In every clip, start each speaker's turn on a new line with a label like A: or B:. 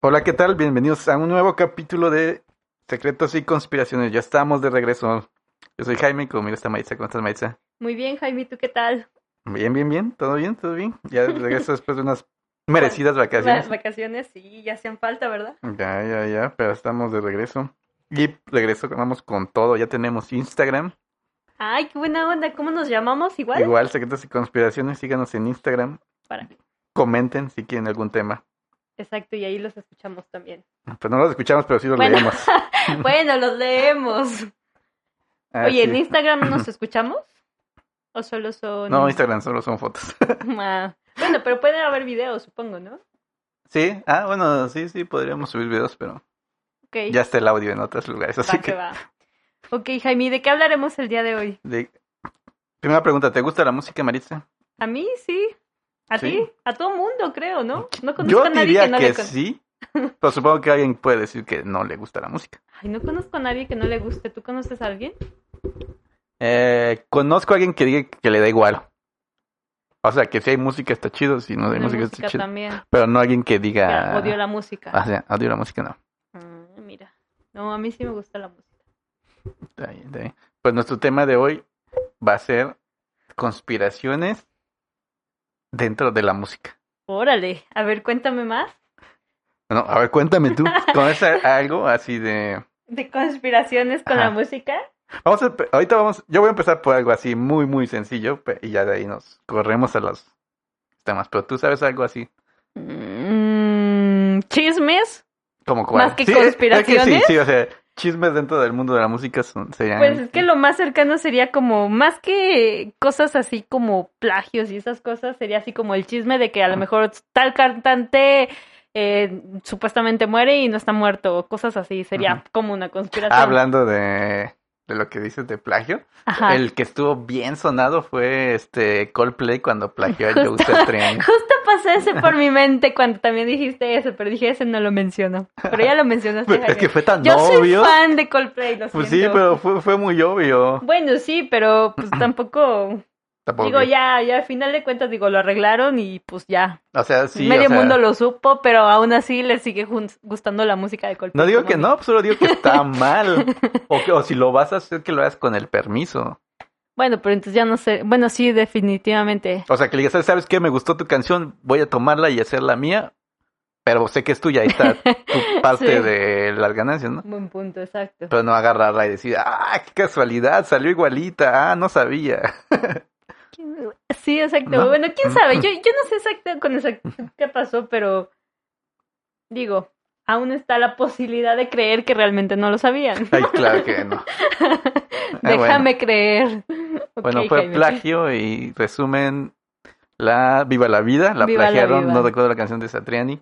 A: Hola, ¿qué tal? Bienvenidos a un nuevo capítulo de Secretos y Conspiraciones. Ya estamos de regreso. Yo soy Jaime, y conmigo está Maitza. ¿Cómo estás, Maitza?
B: Muy bien, Jaime, ¿tú qué tal?
A: Bien, bien, bien. ¿Todo bien? ¿Todo bien? Ya de regreso después de unas merecidas
B: Las
A: vacaciones.
B: vacaciones sí, ya hacían falta, ¿verdad?
A: Ya, ya, ya. Pero estamos de regreso. Y regreso, vamos con todo. Ya tenemos Instagram.
B: Ay, qué buena onda, ¿cómo nos llamamos? ¿Igual?
A: Igual, Secretos y Conspiraciones. Síganos en Instagram.
B: Para.
A: Comenten si quieren algún tema.
B: Exacto, y ahí los escuchamos también.
A: Pues no los escuchamos, pero sí los
B: Bueno.
A: leemos.
B: bueno, los leemos.
A: Ah,
B: Oye, ¿en
A: sí.
B: Instagram nos escuchamos? ¿O solo son...?
A: No, Instagram solo son fotos.
B: Ah, Bueno, pero pueden haber videos, supongo, ¿no?
A: sí, ah, bueno, sí, sí, podríamos subir videos, pero
B: Ok,
A: ya está el audio en otros lugares. Así
B: va
A: que
B: que va. Ok, Jaime, ¿y ¿de qué hablaremos el día de hoy?
A: De- Primera pregunta, ¿te gusta la música, Maritza?
B: ¿A mí? Sí. ¿A
A: Sí.
B: ti? A todo mundo, creo, ¿no? No conozco
A: Yo
B: a nadie
A: diría
B: que no
A: que
B: le con-
A: sí, pero supongo que alguien puede decir que no le gusta la música.
B: Ay, no conozco a nadie que no le guste. ¿Tú conoces a alguien?
A: Eh, conozco a alguien que diga que le da igual. O sea, que si hay música está chido, si no hay
B: La
A: música está
B: música
A: chido.
B: también.
A: Pero no alguien que
B: Ya,
A: diga...
B: Odio la música.
A: O sea, odio la música, no.
B: Ah, mira. No, a mí sí me gusta la música.
A: Está bien, está bien. Pues nuestro tema de hoy va a ser conspiraciones dentro de la música.
B: Órale. A ver, cuéntame más.
A: No, a ver, cuéntame tú, ¿conoces algo así de...
B: ¿De conspiraciones con la
A: Ajá.
B: música?
A: Vamos a, empe- ahorita vamos, yo voy a empezar por algo así muy, muy sencillo pe- y ya de ahí nos corremos a los temas. Pero tú sabes algo así,
B: Mm, ¿Chismes?
A: como cuál.
B: ¿Más que
A: Sí, es- es sí,
B: conspiraciones?
A: sí, o sea, chismes dentro del mundo de la música son, serían.
B: Pues es que lo más cercano sería como, más que cosas así como plagios y esas cosas, sería así como el chisme de que a lo mejor tal cantante eh, supuestamente muere y no está muerto, o cosas así, sería
A: Ujú.
B: como una conspiración.
A: Hablando de, de lo que dices de plagio,
B: Ajá.
A: el que estuvo bien sonado fue este Coldplay cuando plagió a
B: Justo.
A: Joe Satriani.
B: Justo pasé ese por mi mente cuando también dijiste eso, pero dije ese no lo menciono. Pero ya lo mencionaste.
A: Pues, Es
B: Javier.
A: que fue tan
B: Yo
A: obvio.
B: soy fan de Coldplay, lo
A: Pues sí,
B: siento.
A: pero fue, fue muy obvio.
B: Bueno, sí, pero pues tampoco.
A: Tampoco
B: Digo,
A: que-
B: ya, ya al final de cuentas, digo, lo arreglaron y pues ya.
A: O sea, sí. o
B: Medio
A: sea,
B: mundo lo supo, pero aún así les sigue jun- gustando la música de Coldplay.
A: No digo
B: como
A: que
B: a mí.
A: no, pues, solo digo que está mal. O, que- o si lo vas a hacer, que lo hagas con el permiso.
B: Bueno, pero entonces ya no sé. Bueno, sí, definitivamente.
A: O sea, que le digas, ¿sabes qué? Me gustó tu canción, voy a tomarla y hacer la mía, pero sé que es tuya, ahí está tu parte
B: Sí.
A: de las ganancias, ¿no?
B: Buen punto, exacto.
A: Pero no agarrarla y decir, ¡ah, qué casualidad! Salió igualita, ¡ah, no sabía!
B: Sí, exacto.
A: ¿No?
B: Bueno, quién sabe. Yo, yo no sé exacto con exactitud qué pasó, pero digo, aún está la posibilidad de creer que realmente no lo sabían.
A: Ay, claro que no. Ah, bueno.
B: Déjame creer. Ok,
A: Bueno, fue
B: Jaime.
A: plagio y resumen la Viva la Vida, la
B: Viva la
A: plagiaron,
B: Vida.
A: no recuerdo la canción de Satriani,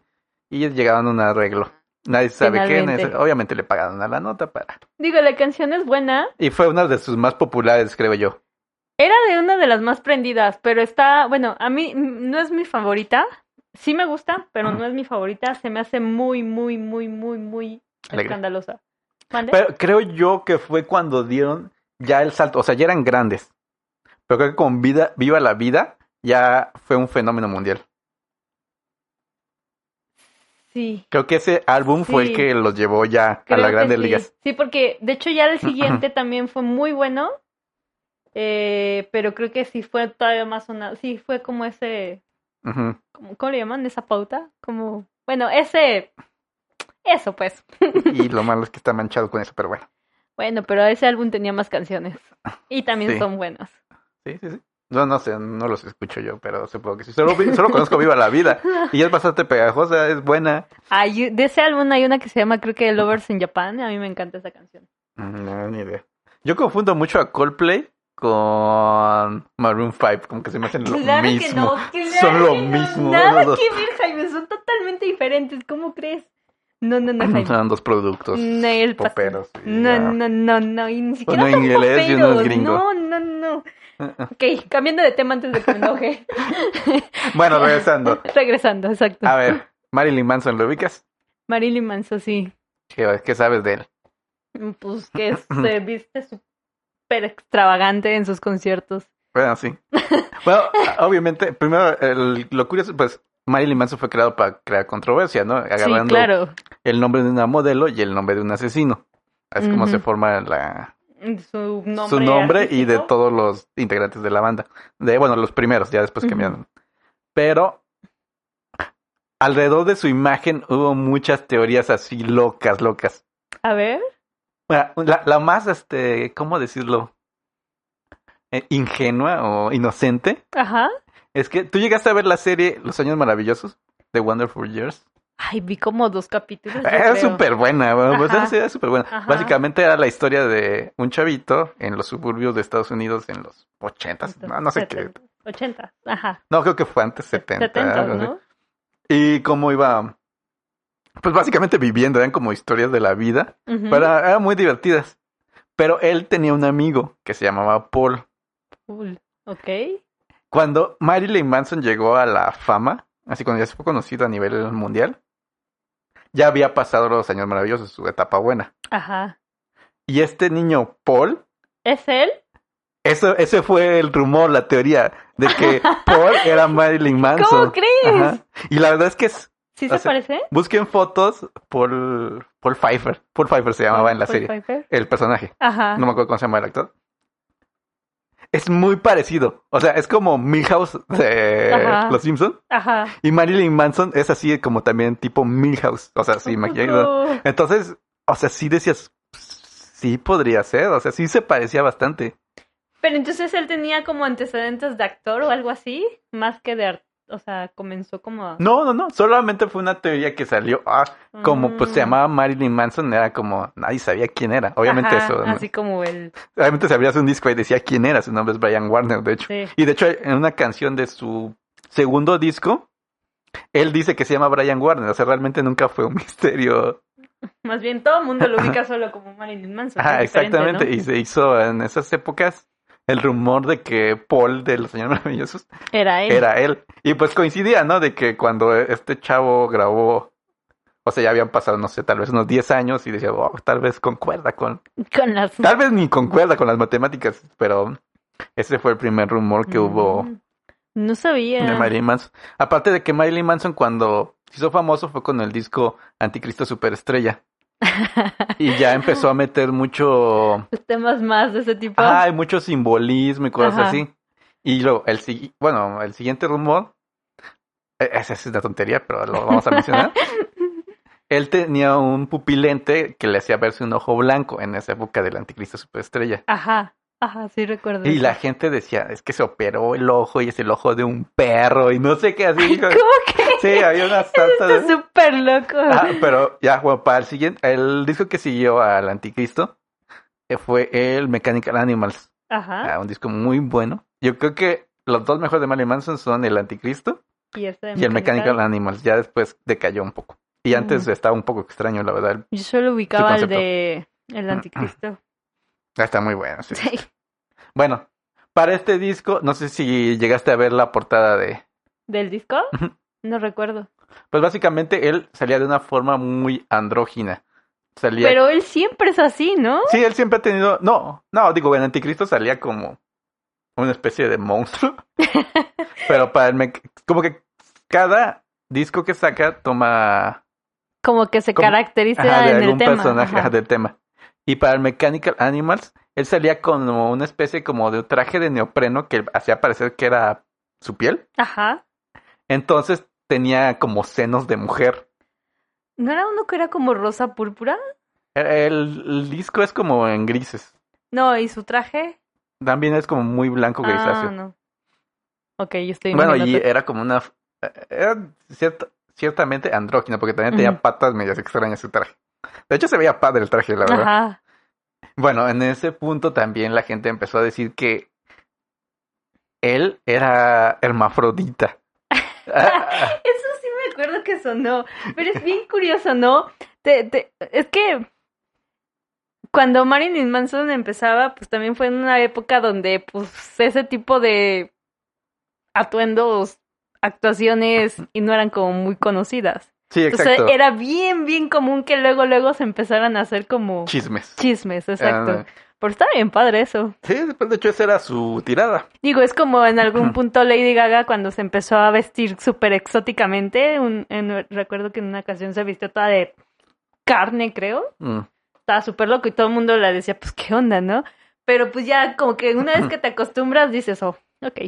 A: y llegaron a un arreglo. Nadie sabe qué, nadie
B: Finalmente.
A: sabe- obviamente le pagaron a la nota para.
B: Digo, la canción es buena.
A: Y fue una de sus más populares, creo yo.
B: Era de una de las más prendidas, pero está, bueno, a mí mm, no es mi favorita. Sí me gusta, pero no es mi favorita. Se me hace muy, muy, muy, muy, muy
A: Alegre.
B: escandalosa. ¿Mande?
A: Pero creo yo que fue cuando dieron ya el salto, o sea, ya eran grandes. Pero creo que con vida, Viva la Vida ya fue un fenómeno mundial.
B: Sí.
A: Creo que ese álbum fue el
B: Sí.
A: que los llevó ya
B: Creo
A: a las
B: que
A: grandes
B: sí.
A: ligas.
B: Sí, porque de hecho ya el siguiente también fue muy bueno. eh, pero creo que sí fue todavía más sonado. Sí, fue como ese.
A: Ujú.
B: Como, ¿Cómo le llaman? Esa pauta. Como. Bueno, ese. Eso pues.
A: Y lo malo es que está manchado con eso, pero bueno.
B: Bueno, pero ese álbum tenía más canciones. Y también
A: Sí.
B: son buenas.
A: Sí, sí, sí. No, no sé, no los escucho yo, pero supongo que sí. Solo, vi- solo conozco Viva la Vida. Y es bastante pegajosa, es buena.
B: Hay- de ese álbum hay una que se llama, creo que Lovers in Japan. A mí me encanta esa canción.
A: Mm, No, ni idea. Yo confundo mucho a Coldplay con Maroon 5, como que se me hacen lo mismo. Son lo mismo.
B: Nada
A: los dos.
B: que ver, Jaime. Son totalmente diferentes. ¿Cómo crees? No, no, no, Jaime.
A: Son dos productos.
B: No, el pas-
A: poperos, sí,
B: No,
A: ya.
B: no, no, Mm, no. Y ni siquiera
A: Uno
B: son
A: inglés y uno
B: poperos.
A: gringo. Ah,
B: No, no, no. Ok, cambiando de tema antes de que me enoje.
A: Bueno, regresando.
B: Regresando, exacto.
A: A ver, Marilyn Manson, ¿lo ubicas?
B: Marilyn Manson, sí.
A: ¿Qué, qué sabes de él?
B: Pues que se viste súper extravagante en sus conciertos.
A: Bueno, sí. Bueno, obviamente, primero, el- lo curioso, pues, Marilyn Manson fue creado para crear controversia, ¿no? Agarrando
B: Sí, claro.
A: el nombre de una modelo y el nombre de un asesino. Así como
B: Ujú.
A: se forma la,
B: Su nombre.
A: su nombre y de
B: artístico.
A: todos los integrantes de la banda. De, bueno, los primeros, ya después
B: Ujú.
A: cambiaron. Pero alrededor de su imagen hubo muchas teorías así locas, locas.
B: A ver.
A: Bueno, La, la más, este, ¿cómo decirlo? Eh, ingenua o inocente.
B: Ajá.
A: Es que tú llegaste a ver la serie Los Años Maravillosos, The Wonderful Years.
B: Ay, vi como dos capítulos. yo
A: Era
B: creo.
A: Ah, súper buena, bueno, pues
B: Ajá.
A: esa serie era súper buena.
B: Ajá.
A: Básicamente era la historia de un chavito en los suburbios de Estados Unidos en los ochentas, no, no sé qué.
B: 70, 80. Ajá.
A: No, creo que fue antes 70.
B: 70,
A: algo así.
B: ¿no?
A: Y cómo iba, pues básicamente viviendo, eran como historias de la vida,
B: Ujú.
A: pero eran muy divertidas. Pero él tenía un amigo que se llamaba Paul.
B: Cool. Ok.
A: Cuando Marilyn Manson llegó a la fama, así cuando ya se fue conocido a nivel mundial, ya había pasado los años maravillosos, su etapa buena.
B: Ajá.
A: Y este niño, Paul,
B: ¿Es él?
A: eso, ese fue el rumor, la teoría, de que Paul era Marilyn Manson.
B: ¿Cómo crees?
A: Ajá. Y la verdad es que es-
B: ¿Sí
A: O
B: se
A: sea,
B: parece?
A: busquen fotos, Paul, Paul Pfeiffer. Paul Pfeiffer se llamaba en la
B: Paul
A: serie,
B: Pfeiffer. Ah.
A: el personaje.
B: Ajá.
A: No me acuerdo cómo se llama el actor. Es muy parecido. O sea, es como Milhouse de
B: Ajá.
A: Los Simpsons.
B: Ajá.
A: Y Marilyn Manson es así como también tipo Milhouse. O sea, sí, maquillado.
B: Ujú.
A: Entonces, o sea, sí decías, sí podría ser. O sea, sí se parecía bastante.
B: Pero entonces él tenía como antecedentes de actor o algo así, más que de art- o sea, comenzó como a-
A: No, no, no. Solamente fue una teoría que salió. Ah, como pues se
B: Mm.
A: llamaba Marilyn Manson, era como nadie sabía quién era. Obviamente
B: Ajá,
A: eso. ¿no?
B: Así como él.
A: Obviamente se abría un disco y decía quién era. Su nombre es Brian Warner, de hecho.
B: Sí.
A: Y de hecho, en una canción de su segundo disco, él dice que se llama Brian Warner. O sea, realmente nunca fue un misterio.
B: Más bien todo el mundo lo ubica solo como Marilyn Manson.
A: Ajá,
B: que Pues es diferente,
A: exactamente.
B: ¿no?
A: Y se hizo en esas épocas el rumor de que Paul de Los Señores Maravillosos
B: Era él.
A: era él. Y pues coincidía, ¿no? De que cuando este chavo grabó, o sea, ya habían pasado, no sé, tal vez unos 10 años y decía, "Oh, tal vez concuerda con,
B: Con las
A: tal vez ni concuerda con las matemáticas, pero ese fue el primer rumor que hubo
B: Mm. No sabía.
A: de Marilyn Manson. Aparte de que Marilyn Manson cuando se hizo famoso fue con el disco Anticristo Superestrella. Y ya empezó a meter mucho
B: Temas más de ese tipo.
A: Ah, hay mucho simbolismo y cosas
B: Ajá.
A: así. Y luego, el, sigui- bueno, el siguiente rumor, eh, esa es una tontería, pero lo vamos a mencionar. Él tenía un pupilente que le hacía verse un ojo blanco en esa época del anticristo superestrella.
B: Ajá. Ajá, sí recuerdo.
A: Y
B: eso.
A: la gente decía, es que se operó el ojo y es el ojo de un perro y no sé qué así. dijo.
B: ¿Cómo que?
A: Sí, había unas tantas...
B: Está súper loco.
A: Ah, pero ya, bueno, para el siguiente, el disco que siguió al anticristo eh, fue el Mechanical Animals.
B: Ajá.
A: Ah, un disco muy bueno. Yo creo que los dos mejores de Marilyn Manson son El Anticristo
B: Y, ese de
A: y El Mechanical
B: Mechanical.
A: Animals. Ya después decayó un poco. Y antes
B: Mm.
A: estaba un poco extraño, la verdad.
B: Yo solo ubicaba el
A: Este concepto.
B: de El Anticristo.
A: Ah, Está muy bueno, sí.
B: Sí.
A: Bueno, para este disco, no sé si llegaste a ver la portada de...
B: ¿Del disco?
A: Ujú.
B: No recuerdo.
A: Pues básicamente él salía de una forma muy andrógina. Salía...
B: Pero él siempre es así, ¿no?
A: Sí, él siempre ha tenido... No, no, digo, en Anticristo salía como una especie de monstruo. Pero para el... mec- Como que cada disco que saca toma
B: Como que se
A: Como-
B: caracteriza
A: Ajá, de
B: en el
A: algún
B: tema.
A: personaje
B: Ajá.
A: ajá, del tema. Y para el Mechanical Animals, él salía como una especie como de traje de neopreno que hacía parecer que era su piel.
B: Ajá.
A: Entonces tenía como senos de mujer.
B: ¿No era uno que era como rosa púrpura?
A: El, el disco es como en grises.
B: No, ¿y su traje?
A: También es como muy blanco
B: Ah,
A: grisáceo.
B: no. Ok, yo estoy
A: bueno,
B: viendo
A: y eh,
B: otro.
A: era como una... eh, Era cierta- ciertamente andrógino, porque también tenía
B: Ujú.
A: patas medias extrañas su traje. De hecho, se veía padre el traje, la verdad.
B: Ajá.
A: Bueno, en ese punto también la gente empezó a decir que él era hermafrodita. Ah,
B: Eso sí me acuerdo que sonó, pero es bien curioso, ¿no? Te- te- es que cuando Marilyn Manson empezaba, pues también fue en una época donde pues ese tipo de atuendos, actuaciones y no eran como muy conocidas.
A: sí,
B: Entonces
A: exacto.
B: era bien, bien común que luego, luego se empezaran a hacer como
A: Chismes.
B: chismes, exacto.
A: Ah,
B: Pero está bien padre eso.
A: Sí, pues, de hecho esa era su tirada.
B: Digo, es como en algún punto Lady Gaga cuando se empezó a vestir súper exóticamente. un- en- recuerdo que en una ocasión se vistió toda de carne, creo.
A: Mm.
B: Estaba súper loco y todo el mundo la decía, pues qué onda, ¿no? Pero pues ya como que una vez que te acostumbras dices, oh, ok.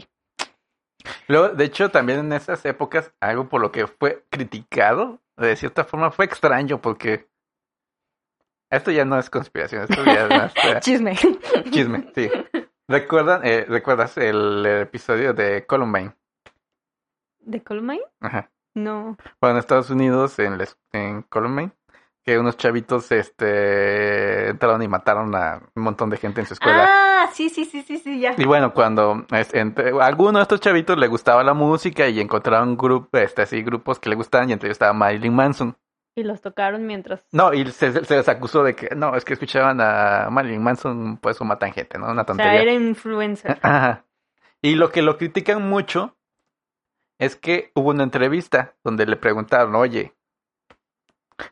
A: Luego, de hecho, también en esas épocas, algo por lo que fue criticado, de cierta forma, fue extraño porque... Esto ya no es conspiración, esto ya es más, eh,
B: Chisme.
A: chisme, sí. ¿Recuerdan, eh, ¿Recuerdas el episodio de Columbine?
B: ¿De Colmain?
A: Ajá.
B: No.
A: Bueno, en Estados Unidos, en, les- en Columbine, que unos chavitos este, entraron y mataron a un montón de gente en su escuela.
B: Ah, sí, sí, sí, sí, sí, ya.
A: Y bueno, cuando es- entre- a alguno de estos chavitos le gustaba la música y encontraron grupo, este, así, grupos que le gustaban y entre ellos estaba Marilyn Manson.
B: Y los tocaron mientras.
A: No, y se, se les acusó de que no, es que escuchaban a Marilyn Manson, por eso matan gente, ¿no? Una
B: O sea,
A: tontería.
B: era influencer.
A: Ajá. Y lo que lo critican mucho es que hubo una entrevista donde le preguntaron, oye,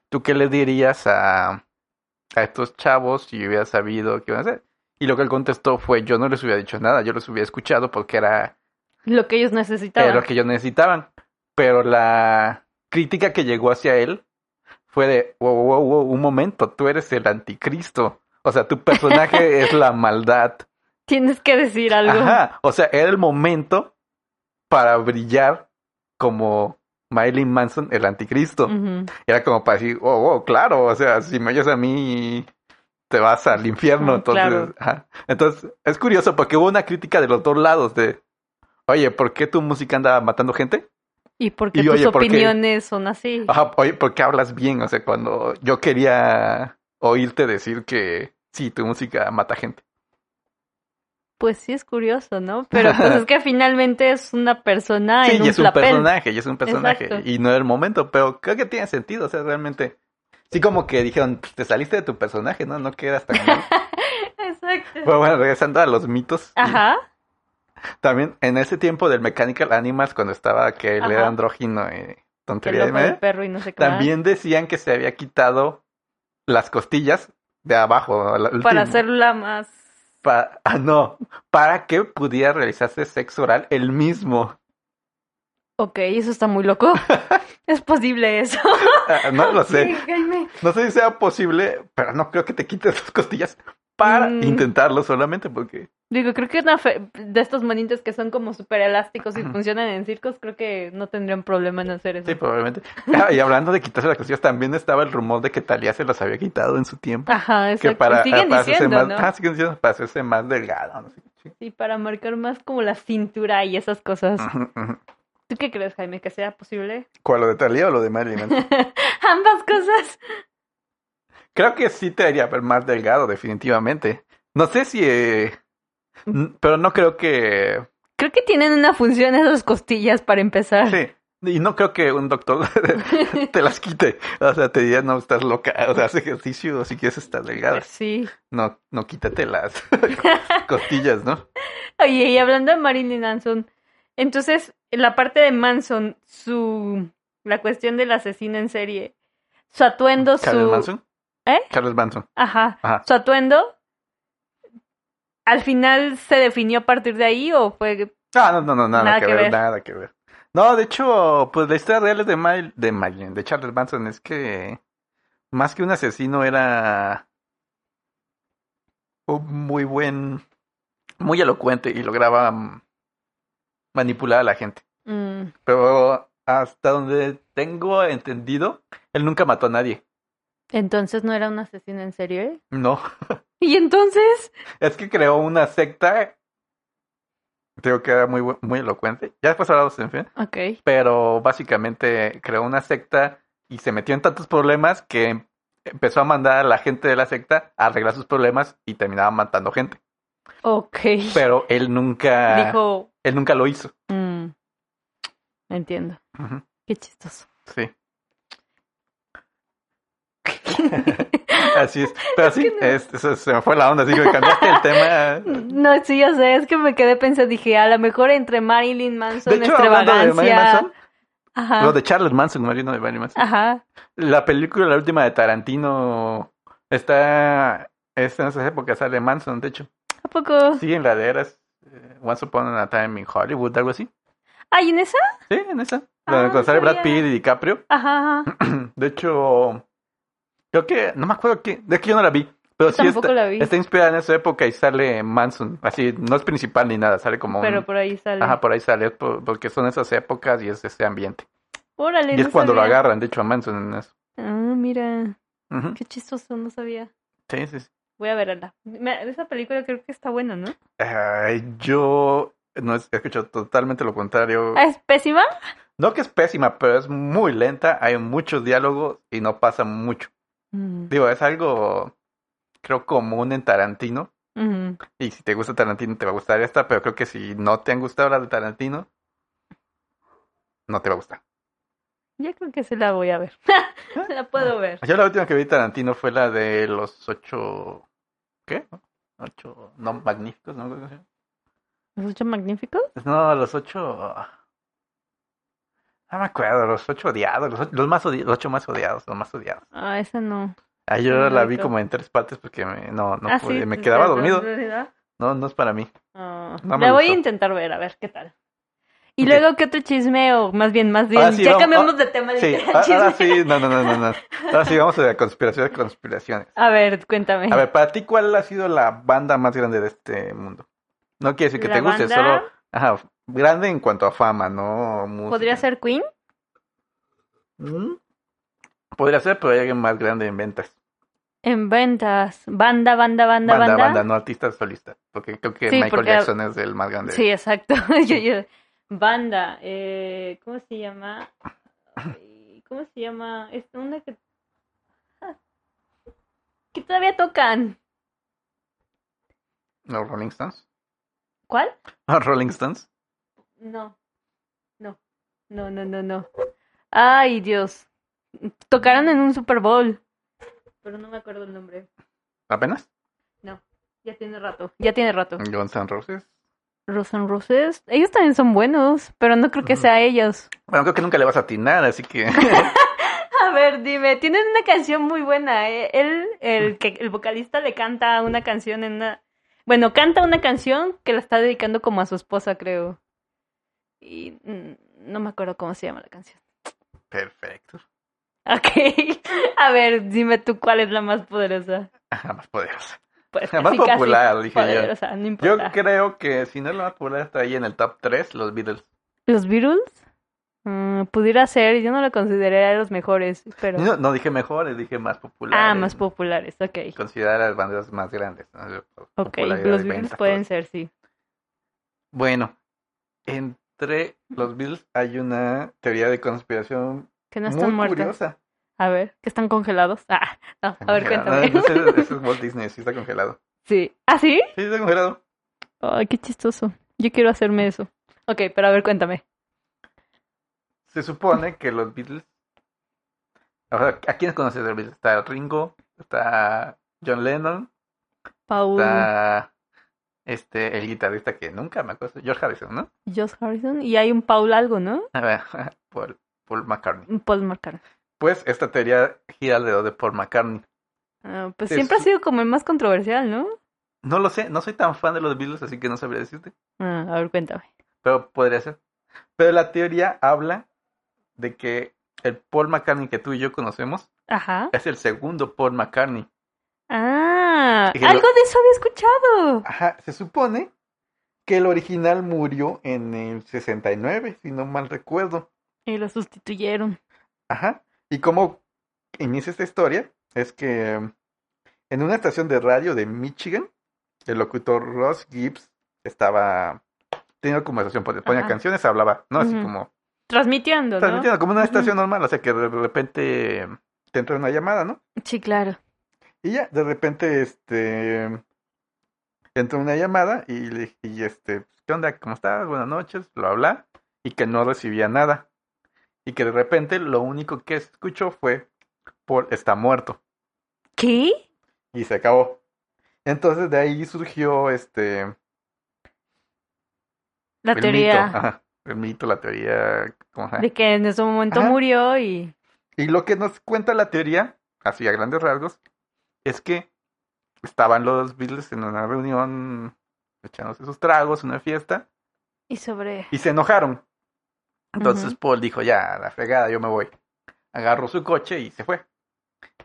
A: ¿tú qué le dirías a, a estos chavos si yo hubiera sabido qué iban a hacer? Y lo que él contestó fue, yo no les hubiera dicho nada, yo los hubiera escuchado porque era,
B: Lo que ellos
A: era
B: necesitaban.
A: lo que ellos necesitaban. Pero la crítica que llegó hacia él fue de, wow, wow, wow, un momento, tú eres el anticristo. O sea, tu personaje es la maldad.
B: Tienes que decir algo.
A: Ajá, o sea, era el momento para brillar como Marilyn Manson, el anticristo.
B: Ujú.
A: Era como para decir, oh, oh, claro, o sea, si me oyes a mí, te vas al infierno.
B: Ah,
A: Entonces,
B: claro.
A: ajá. entonces, es curioso porque hubo una crítica de los dos lados de, oye, ¿por qué tu música anda matando gente?
B: Y porque
A: Y
B: tus
A: oye, ¿por qué?
B: opiniones son así.
A: Ajá, oye, ¿por qué hablas bien? O sea, cuando yo quería oírte decir que sí, tu música mata gente.
B: Pues sí es curioso, ¿no? Pero pues es que finalmente es una persona
A: Sí,
B: Ah, en
A: y
B: un
A: es un
B: papel.
A: personaje, y es un personaje.
B: Exacto.
A: Y no era el momento, pero creo que tiene sentido, o sea, realmente. Sí, como que dijeron, "Pues, te saliste de tu personaje, ¿no? No quedas tan mal".
B: Exacto.
A: Pero bueno, regresando a los mitos. y
B: Ajá.
A: También en ese tiempo del Mechanical Animals, cuando estaba que él
B: Ajá.
A: era andrógino y
B: Que
A: tontería
B: el
A: de
B: ojo del
A: media,
B: perro y no sé qué más.
A: ¿eh? también decían que se había quitado las costillas de abajo. la- el último.
B: Para hacerla más.
A: Pa- ah, no, para que pudiera realizarse sexo oral el mismo.
B: Ok, eso está muy loco. es posible eso.
A: Ah, no lo sé.
B: Sí, Jaime.
A: No sé si sea posible, pero no creo que te quites las costillas para
B: Mm.
A: intentarlo solamente porque...
B: Digo, creo que una fe- de estos monitos que son como súper elásticos y
A: Ujú.
B: funcionan en circos, creo que no tendrían problema en hacer eso.
A: Sí, probablemente. Ah, y hablando de quitarse las costillas, también estaba el rumor de que Talía se las había quitado en su tiempo.
B: Ajá,
A: que
B: exacto.
A: para,
B: Y siguen
A: para hacerse
B: diciendo,
A: más,
B: ¿no?
A: ah, siguen diciendo, para hacerse más delgado. no sé qué
B: Sí, para marcar más como la cintura y esas cosas.
A: ching- Ujú, ujú.
B: ¿Tú qué crees, Jaime? ¿Que sea posible?
A: ¿Cuál, lo de Talía o lo de Marilyn? Manson?
B: Ambas cosas.
A: Creo que sí te haría ver más delgado, definitivamente. No sé si... eh, n- pero no creo que
B: Creo que tienen una función esas costillas para empezar.
A: Sí. Y no creo que un doctor te las quite. O sea, te diría, no, estás loca. O sea, haz ejercicio si quieres estar delgada.
B: Sí.
A: No, no quítate las costillas, ¿no?
B: Oye, y hablando de Marilyn Manson, entonces, la parte de Manson, su... La cuestión del asesino en serie. Su atuendo,
A: Charles
B: su...
A: Manson.
B: ¿Eh?
A: Charles Manson.
B: Ajá.
A: Ajá.
B: Su atuendo. ¿Al final se definió a partir de ahí o fue...
A: Ah, no, no, no, nada, que, ver, nada que ver. No, de hecho, pues la historia real es de Mal, de Marilyn, de Charles Manson, es que más que un asesino era un muy buen, muy elocuente y lograba mm, manipular a la gente.
B: Mm,
A: Pero hasta donde tengo entendido, él nunca mató a nadie.
B: entonces no era un asesino en serie.
A: No.
B: ¿Y entonces?
A: Es que creó una secta. Digo que era muy, bu- muy elocuente. Ya después hablamos, en fin.
B: Ok.
A: Pero básicamente creó una secta y se metió en tantos problemas que empezó a mandar a la gente de la secta a arreglar sus problemas y terminaba matando gente.
B: Ok.
A: Pero él nunca.
B: Dijo...
A: Él nunca lo hizo.
B: mm, entiendo.
A: Ujú,
B: Qué chistoso.
A: Sí. Así es. Pero sí,
B: que no-
A: este, se, se me fue la onda. Así que cambiaste el tema.
B: No, sí, ya sé, es que me quedé pensando, dije, a lo mejor entre Marilyn Manson,
A: De hecho, hablando de Marilyn
B: extravagancia. Ah.
A: Manson,
B: ajá.
A: no, de Charles Manson, Marilyn, no de Marilyn Manson.
B: Ajá.
A: La película, la última de Tarantino, está Es en esa época sale Manson, de hecho.
B: ¿A poco?
A: Sí, en la de eras eh, Once Upon a Time in Hollywood, algo así.
B: ¿Ay, en esa?
A: Sí, en esa.
B: Ah,
A: La de
B: no
A: cuando sale Brad
B: sabía.
A: Pitt y DiCaprio.
B: Ajá. ajá.
A: De hecho, creo que, no me acuerdo que, de que yo no la vi. Pero
B: Yo
A: sí este,
B: tampoco
A: está,
B: la vi.
A: está inspirada en esa época y sale Manson. Así, no es principal ni nada, sale como un-
B: Pero por ahí sale.
A: Ajá, por ahí sale, por- porque son esas épocas y es ese ambiente.
B: Órale,
A: Y es
B: no
A: cuando lo
B: sabía.
A: agarran, de hecho, a Manson en eso.
B: Ah, mira.
A: Ujú.
B: Qué chistoso, no sabía.
A: Sí, sí, sí.
B: Voy a verla. Me- Esa película creo que está buena, ¿no?
A: Ay, yo no he escuchado totalmente lo contrario.
B: Ah, ¿Es pésima?
A: No que es pésima, pero es muy lenta, hay muchos diálogos y no pasa mucho.
B: Mm.
A: Digo, es algo, creo, común en Tarantino.
B: Ujú.
A: Y si te gusta Tarantino, te va a gustar esta, pero creo que si no te han gustado las de Tarantino, no te va a gustar.
B: Ya creo que se la voy a ver. la puedo ver.
A: Yo la última que vi de Tarantino fue la de los ocho... ¿Qué? Ocho... No, magníficos, ¿no? ¿Cómo se llama?
B: ¿Los ocho magníficos?
A: No, los ocho... ah, No me acuerdo, los ocho odiados, los ocho, los más odi- los ocho más odiados, los más odiados.
B: Ah, esa no.
A: Ah, yo
B: No,
A: la
B: no,
A: vi
B: no.
A: como en tres partes porque me, no, no
B: Ah,
A: pude,
B: sí, pues,
A: me
B: te-
A: quedaba
B: te-
A: dormido.
B: te- te-
A: No, no es para mí.
B: Ah,
A: No me
B: la voy a
A: gustó.
B: intentar ver, a ver qué tal. Y
A: Ok.
B: luego, ¿qué otro chisme? O más bien, más bien,
A: Ahora sí,
B: ya
A: vamos-
B: cambiamos de tema.
A: Sí,
B: literal,
A: ah, ahora
B: chisme.
A: sí, no, no, no, no, no. Ahora sí vamos a la conspiración de conspiraciones.
B: A ver, cuéntame.
A: A ver, para ti, ¿cuál ha sido la banda más grande de este mundo? No quiere decir que
B: La
A: te guste,
B: banda-
A: solo ajá, grande en cuanto a fama, ¿no? Música.
B: ¿Podría ser Queen?
A: Mm. Podría ser, pero hay alguien más grande en ventas.
B: En ventas. Banda, banda, banda,
A: Banda,
B: banda.
A: banda, no artista solista. Porque creo que
B: Sí,
A: Michael
B: porque-
A: Jackson es el más grande.
B: Sí, exacto. Yo- yo- Banda. eh, ¿Cómo se llama? Ay, ¿Cómo se llama? Es una que. ah, que todavía tocan.
A: ¿No Rolling Stones?
B: ¿Cuál?
A: ¿No Rolling Stones?
B: No. No. No, no, no, no. Ay, Dios. Tocaron en un Super Bowl. Pero no me acuerdo el nombre.
A: ¿Apenas?
B: Ya tiene rato. Ya tiene rato.
A: Guns N' Roses.
B: Guns N' Roses. Ellos también son buenos, pero no creo que
A: Ujú.
B: sea ellos.
A: Bueno, creo que nunca le vas a atinar, así que...
B: A ver, dime, tienen una canción muy buena. eh. Él, el que el vocalista le canta una canción en una bueno, canta una canción que la está dedicando como a su esposa, creo. Y mm, no me acuerdo cómo se llama la canción.
A: Perfecto.
B: Ok. A ver, dime tú cuál es la más poderosa.
A: Ajá, más poderosa.
B: Pues,
A: La más
B: casi, casi
A: popular, dije yo.
B: poderosa, no
A: Yo
B: importa.
A: creo que si no es la más popular está ahí en el top 3, los Beatles.
B: ¿Los Beatles? Mm, pudiera ser, yo no lo consideraría los mejores, pero...
A: No, no dije mejores, dije más populares.
B: ah, más populares, ok.
A: Considerar las bandas más grandes. ¿no?
B: Ok,
A: Popularidad
B: los
A: y
B: Beatles
A: ventas,
B: pueden
A: todo.
B: ser, sí.
A: Bueno, entre los Beatles hay una teoría de conspiración
B: Que no
A: muy
B: están muertos.
A: curiosa.
B: A ver, que están congelados. Ah, no, a ver, cuéntame.
A: No, no, ese- ese es Walt Disney, sí está congelado.
B: Sí. ¿Ah, sí?
A: Sí, está congelado.
B: Ay, qué chistoso. Yo quiero hacerme eso. Ok, pero a ver, cuéntame.
A: Se supone que los Beatles. O sea, ¿a quiénes conoces de los Beatles? Está Ringo, está John Lennon,
B: Paul,
A: está este el guitarrista que nunca me acuerdo, George Harrison, ¿no?
B: Josh Harrison y hay un Paul algo, ¿no?
A: A ver, Paul, Paul McCartney.
B: Un Paul McCartney.
A: Pues esta teoría gira alrededor de Paul McCartney.
B: Ah, pues
A: Sí,
B: siempre
A: sí.
B: ha sido como el más controversial, ¿no?
A: No lo sé, no soy tan fan de los Beatles, así que no sabría decirte,
B: Ah, a ver, cuéntame.
A: pero podría ser. Pero la teoría habla de que el Paul McCartney que tú y yo conocemos
B: Ajá.
A: es el segundo Paul McCartney.
B: Ah,
A: Y que lo-
B: algo de eso había escuchado.
A: Ajá, se supone que el original murió en el 69, si no mal recuerdo.
B: Y lo sustituyeron.
A: Ajá. Y cómo inicia esta historia es que mm, en una estación de radio de Michigan, el locutor Ross Gibbs estaba teniendo conversación, pon- ponía
B: Ajá.
A: canciones, hablaba, ¿no? Así
B: Ujú.
A: como
B: Transmitiendo, ¿no?
A: transmitiendo como una
B: Ujú.
A: estación normal, o sea que de repente mm, te entra una llamada, ¿no?
B: Sí, claro.
A: Y ya, de repente, este, entró una llamada y le dije, y este, ¿qué onda? ¿Cómo estás? Buenas noches, bla, bla, y que no recibía nada. Y que de repente lo único que escuchó fue, Paul está muerto,
B: ¿Qué?
A: y se acabó. Entonces de ahí surgió, este, el
B: La
A: mito,
B: teoría
A: ajá, el mito, la teoría, ¿cómo se llama?
B: de que en ese momento
A: Ajá.
B: murió y...
A: Y lo que nos cuenta la teoría, así a grandes rasgos, es que estaban los Beatles en una reunión echándose sus tragos, una fiesta,
B: Y sobre...
A: y se enojaron. Entonces pues,
B: Ujú.
A: Paul dijo, ya, a la fregada, yo me voy. Agarró su coche y se fue.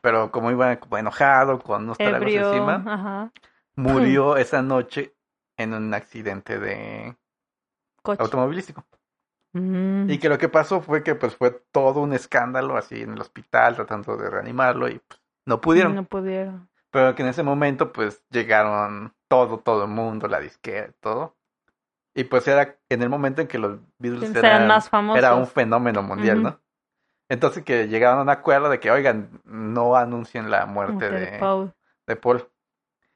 A: Pero como iba como enojado, con unos tragos
B: ebrio,
A: encima,
B: ajá,
A: murió esa noche en un accidente de
B: coche.
A: automovilístico.
B: Mm.
A: Y que lo que pasó fue que pues fue todo un escándalo así en el hospital tratando de reanimarlo y pues, no pudieron.
B: No pudieron.
A: Pero que en ese momento pues llegaron todo, todo el mundo, la disquera, todo. Y pues era en el momento en que los Beatles
B: Entonces eran más famosos.
A: Pues era un fenómeno mundial,
B: Ujú.
A: ¿no? Entonces que llegaron a un acuerdo de que, oigan, no anuncien la muerte
B: Muerte de
A: de,
B: Paul.
A: de Paul.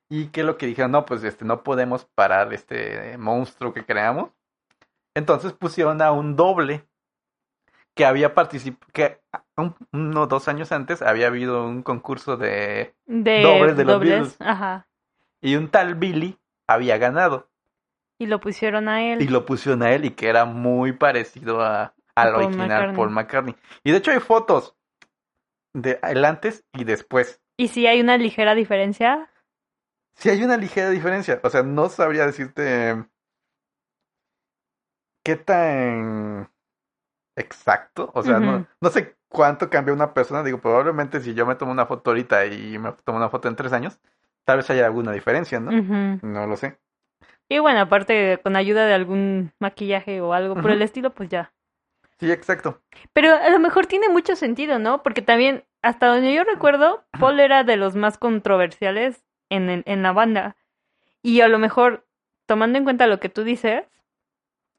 A: Y que lo que dijeron, no, pues este, no podemos parar este monstruo que creamos. Entonces pusieron a un doble que había participado, que un- uno o dos años antes había habido un concurso de...
B: De
A: Doble de los Beatles.
B: dobles. Ajá.
A: Y un tal Billy había ganado.
B: Y lo pusieron a él.
A: Y lo pusieron a él y que era muy parecido a, al
B: Paul
A: original
B: McCartney.
A: Paul McCartney. Y de hecho hay fotos de el antes y después.
B: Y si hay una ligera diferencia,
A: Sí hay una ligera diferencia. O sea, no sabría decirte qué tan exacto. O sea, no,
B: Ujú.
A: no sé cuánto cambió una persona. Digo, probablemente si yo me tomo una foto ahorita y me tomo una foto en tres años, tal vez haya alguna diferencia, ¿no?
B: ujú.
A: No lo sé.
B: Y bueno, aparte con ayuda de algún maquillaje o algo por
A: Ujú.
B: el estilo, pues ya.
A: Sí, exacto.
B: Pero a lo mejor tiene mucho sentido, ¿no? Porque también, hasta donde yo recuerdo, Paul era de los más controversiales en, el- en la banda. Y a lo mejor, tomando en cuenta lo que tú dices,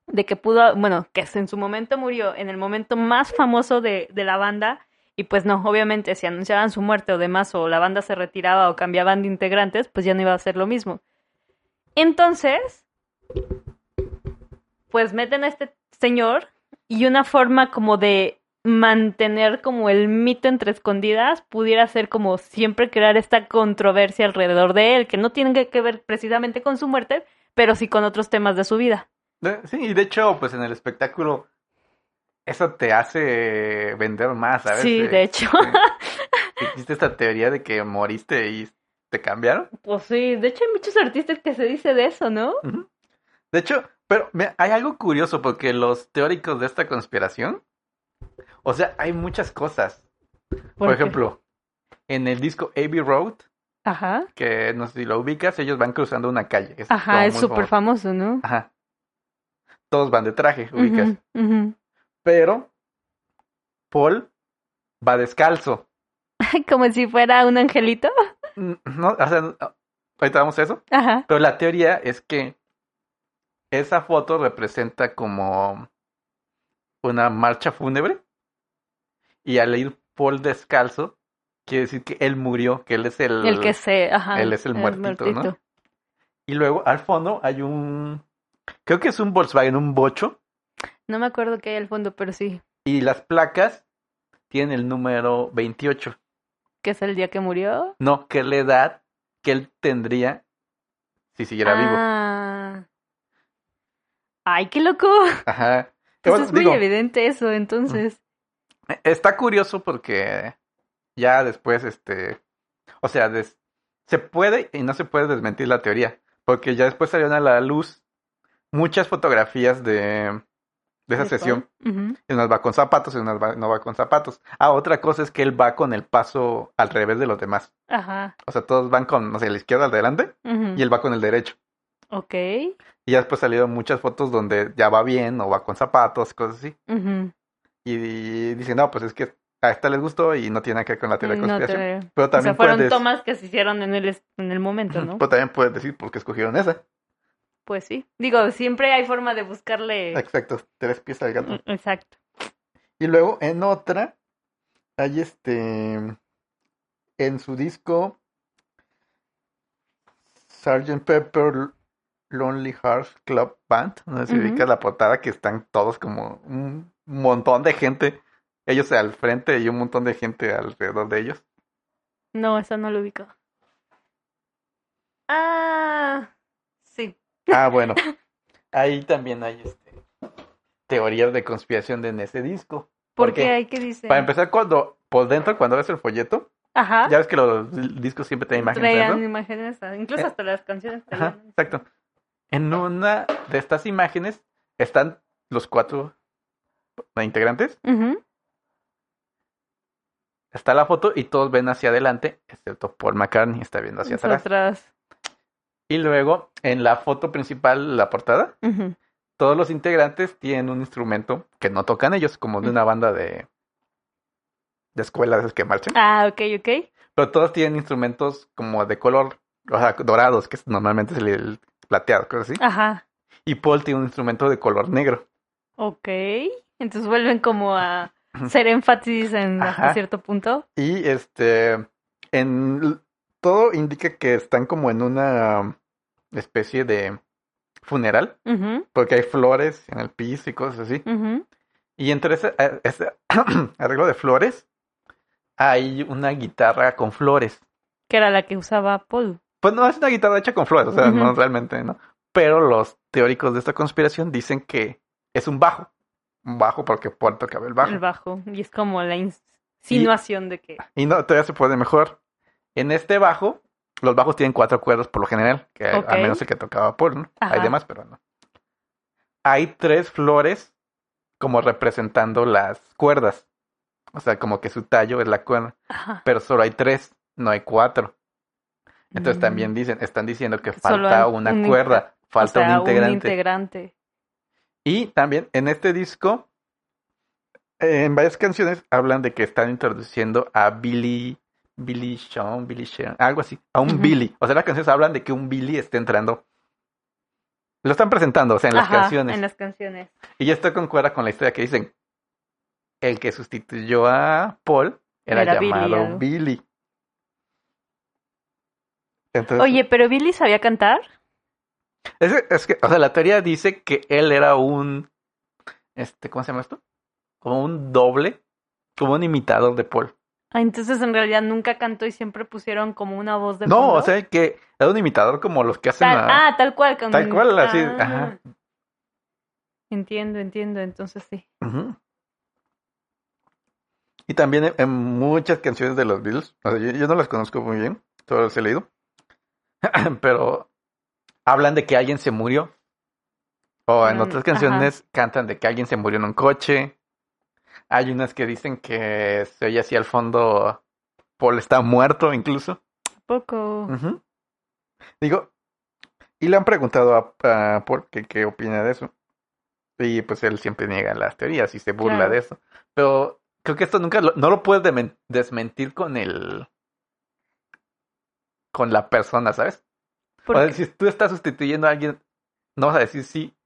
B: de que pudo, bueno, que en su momento murió, en el momento más famoso de, de la banda, y pues no, obviamente, si anunciaban su muerte o demás, o la banda se retiraba o cambiaban de integrantes, pues ya no iba a ser lo mismo. Entonces, pues meten a este señor y una forma como de mantener como el mito entre escondidas pudiera ser como siempre crear esta controversia alrededor de él, que no tiene que- que ver precisamente con su muerte, pero sí con otros temas de su vida.
A: De- Sí, y de hecho, pues en el espectáculo eso te hace vender más, ¿sabes?
B: Sí,
A: Eh,
B: de hecho.
A: eh, Existe esta teoría de que moriste y te cambiaron.
B: Pues sí, de hecho hay muchos artistas que se dice de eso, ¿no?
A: Ujú. De hecho, pero mira, hay algo curioso porque los teóricos de esta conspiración, o sea, hay muchas cosas. Por,
B: Porque-
A: ejemplo, en el disco Abbey Road,
B: Ajá.
A: que no sé si lo ubicas, ellos van cruzando una calle. Es como
B: Ajá, es
A: muy
B: súper
A: famoso.
B: famoso, ¿no?
A: Ajá. Todos van de traje, ubicas.
B: Ujú, ujú.
A: pero Paul va descalzo.
B: Como si fuera un angelito.
A: Mm, No, o sea, no, ahorita vamos a eso.
B: Ajá.
A: Pero la teoría es que esa foto representa como una marcha fúnebre. Y al ir Paul descalzo, quiere decir que él murió, que él es el...
B: El que se, ajá.
A: él es el muertito, ¿no? Y luego al fondo hay un... Creo que es un Volkswagen, un bocho.
B: No me acuerdo qué hay al fondo, pero sí,
A: Y las placas tienen el número 28.
B: que es el día que murió.
A: No, que la edad que él tendría si siguiera vivo.
B: Ah. Ay, qué loco.
A: Ajá. Que
B: Pues
A: bueno,
B: es muy
A: digo,
B: evidente eso, entonces.
A: está curioso porque ya después, este, o sea, des- se puede y no se puede desmentir la teoría, porque ya después salieron a la luz muchas fotografías de, de esa sesión.
B: Ujú.
A: En unas va con zapatos, en unas va- no va con zapatos. Ah, otra cosa es que él va con el paso al revés de los demás.
B: Ajá.
A: O sea, todos van con, no sé, la izquierda al delante
B: ujú.
A: y él va con el derecho.
B: Ok.
A: Y ya después salieron muchas fotos donde ya va bien o va con zapatos, cosas así.
B: ujú.
A: Y, dicen, no, pues es que a esta les gustó y no tiene nada que ver con la teoría de
B: Mm, No te-
A: conspiración. Pero
B: O sea,
A: también
B: fueron
A: puedes... Pues
B: tomas que se hicieron en el, es- en el momento, ¿no?
A: Pero también puedes decir por qué escogieron esa.
B: Pues sí. Digo, siempre hay forma de buscarle. Mm,
A: Exacto, tres pies al gato.
B: Exacto.
A: Y luego en otra hay este... En su disco Sgt. Pepper Lonely Hearts Club Band, no sé si
B: Ujú.
A: ubicas la portada que están todos como un montón de gente, ellos al frente y un montón de gente alrededor de ellos.
B: No, eso no lo ubico. Ah. Sí.
A: Ah, bueno. Ahí también hay este, teorías de conspiración de en ese disco.
B: ¿Por,
A: ¿Por
B: qué?
A: qué?
B: hay que dice?
A: Para empezar, cuando por dentro, cuando ves el folleto,
B: Ajá.
A: Ya ves que los discos siempre traen imágenes.
B: Traían
A: ¿no?
B: imágenes, ah, incluso
A: Eh,
B: hasta las canciones.
A: Ajá,
B: traían.
A: exacto. En una de estas imágenes están los cuatro integrantes.
B: Ujú.
A: Está la foto y todos ven hacia adelante, excepto Paul McCartney está viendo hacia atrás.
B: Atrás.
A: Y luego, en la foto principal, la portada,
B: Ujú.
A: todos los integrantes tienen un instrumento que no tocan ellos, como de una banda de, de escuela de esas que marchan.
B: Ah, ok, ok.
A: Pero todos tienen instrumentos como de color, o sea, dorados, que es- normalmente es el, el plateado, cosas
B: Ah.
A: así.
B: Ajá.
A: Y Paul tiene un instrumento de color negro.
B: Ok. Entonces vuelven como a ser énfasis en hasta
A: Ajá.
B: cierto punto.
A: Y este, en l- todo indica que están como en una um, especie de funeral,
B: Ujú,
A: porque hay flores en el piso y cosas así.
B: ujú.
A: Y entre ese, a- ese arreglo de flores hay una guitarra con flores.
B: Que era la que usaba Paul.
A: Pues no es una guitarra hecha con flores, o sea,
B: Ujú.
A: no realmente, ¿no? Pero los teóricos de esta conspiración dicen que es un bajo. Un bajo porque Paul tocaba el bajo.
B: El bajo. Y es como la insinuación de que.
A: Y no, todavía se puede mejor. En este bajo, los bajos tienen cuatro cuerdas por lo general, que
B: Ok.
A: al menos el que tocaba Paul, ¿no?
B: Ajá.
A: Hay demás, pero no. Hay tres flores como representando las cuerdas. O sea, como que su tallo es la cuerda.
B: Ajá.
A: Pero solo hay tres, no hay cuatro. Entonces
B: Mm.
A: también dicen, están diciendo que
B: Solo
A: falta
B: hay
A: una
B: un inte-
A: cuerda,
B: O
A: falta
B: sea,
A: un integrante.
B: integrante.
A: Y también en este disco, eh, en varias canciones hablan de que están introduciendo a Billy, Billy Sean, Billy Sean, algo así, a un
B: Ujú.
A: Billy. O sea, las canciones hablan de que un Billy está entrando. Lo están presentando, o sea, en las
B: Ajá,
A: canciones.
B: En las canciones.
A: Y esto concuerda con la historia que dicen. El que sustituyó a Paul era,
B: Era Billy,
A: llamado
B: algo.
A: Billy. Entonces,
B: Oye, pero Billy sabía cantar.
A: Es, es que, o sea, la teoría dice que él era un, este, ¿cómo se llama esto? Como un doble, como un imitador de Paul.
B: Ah, entonces en realidad nunca cantó y siempre pusieron como una voz de
A: No,
B: fondo.
A: o sea, que era un imitador como los que hacen
B: Tal-
A: a...
B: ah, tal cual. con-
A: tal cual, así,
B: ah.
A: ajá.
B: Entiendo, entiendo, entonces sí.
A: Ujú. Y también en, en muchas canciones de los Beatles, o sea, yo, yo no las conozco muy bien, solo las he leído, pero hablan de que alguien se murió. O en
B: Mm,
A: otras
B: ajá.
A: canciones cantan de que alguien se murió en un coche. Hay unas que dicen que se oye así al fondo, Paul está muerto incluso.
B: ¿A poco?
A: Ujú. Digo, y le han preguntado a, a Paul que qué opina de eso. Y pues él siempre niega las teorías y se burla
B: Claro.
A: de eso. Pero creo que esto nunca lo- no lo puedes demen- desmentir con el con la persona, ¿sabes?
B: ¿Por
A: o
B: qué?
A: sea, si tú estás sustituyendo a alguien, no vas a decir sí.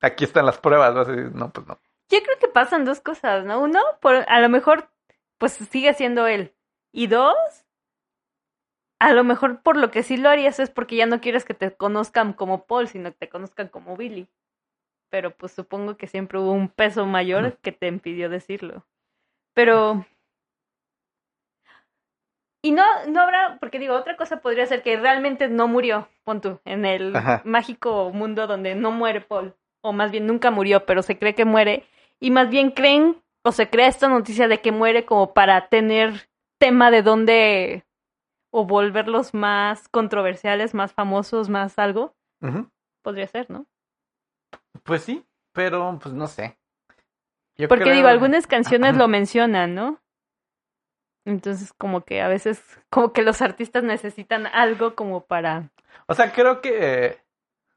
A: Aquí están las pruebas, vas a decir, no, pues no.
B: Yo creo que pasan dos cosas, ¿no? Uno, por, a lo mejor, pues sigue siendo él. Y dos, a lo mejor por lo que sí lo harías es porque ya no quieres que te conozcan como Paul, sino que te conozcan como Billy. Pero pues supongo que siempre hubo un peso mayor que te impidió decirlo. Pero... Y no, no habrá, porque digo, otra cosa podría ser que realmente no murió, pon tú, en el
A: Ajá.
B: mágico mundo donde no muere Paul, o más bien nunca murió, pero se cree que muere, y más bien creen o se crea esta noticia de que muere como para tener tema de dónde o volverlos más controversiales, más famosos, más algo.
A: Ujú.
B: Podría ser, ¿no?
A: Pues sí, pero pues no sé. Yo
B: Porque
A: creo-
B: digo, algunas canciones lo mencionan, ¿no? Entonces como que a veces como que los artistas necesitan algo como para...
A: O sea, creo que. eh,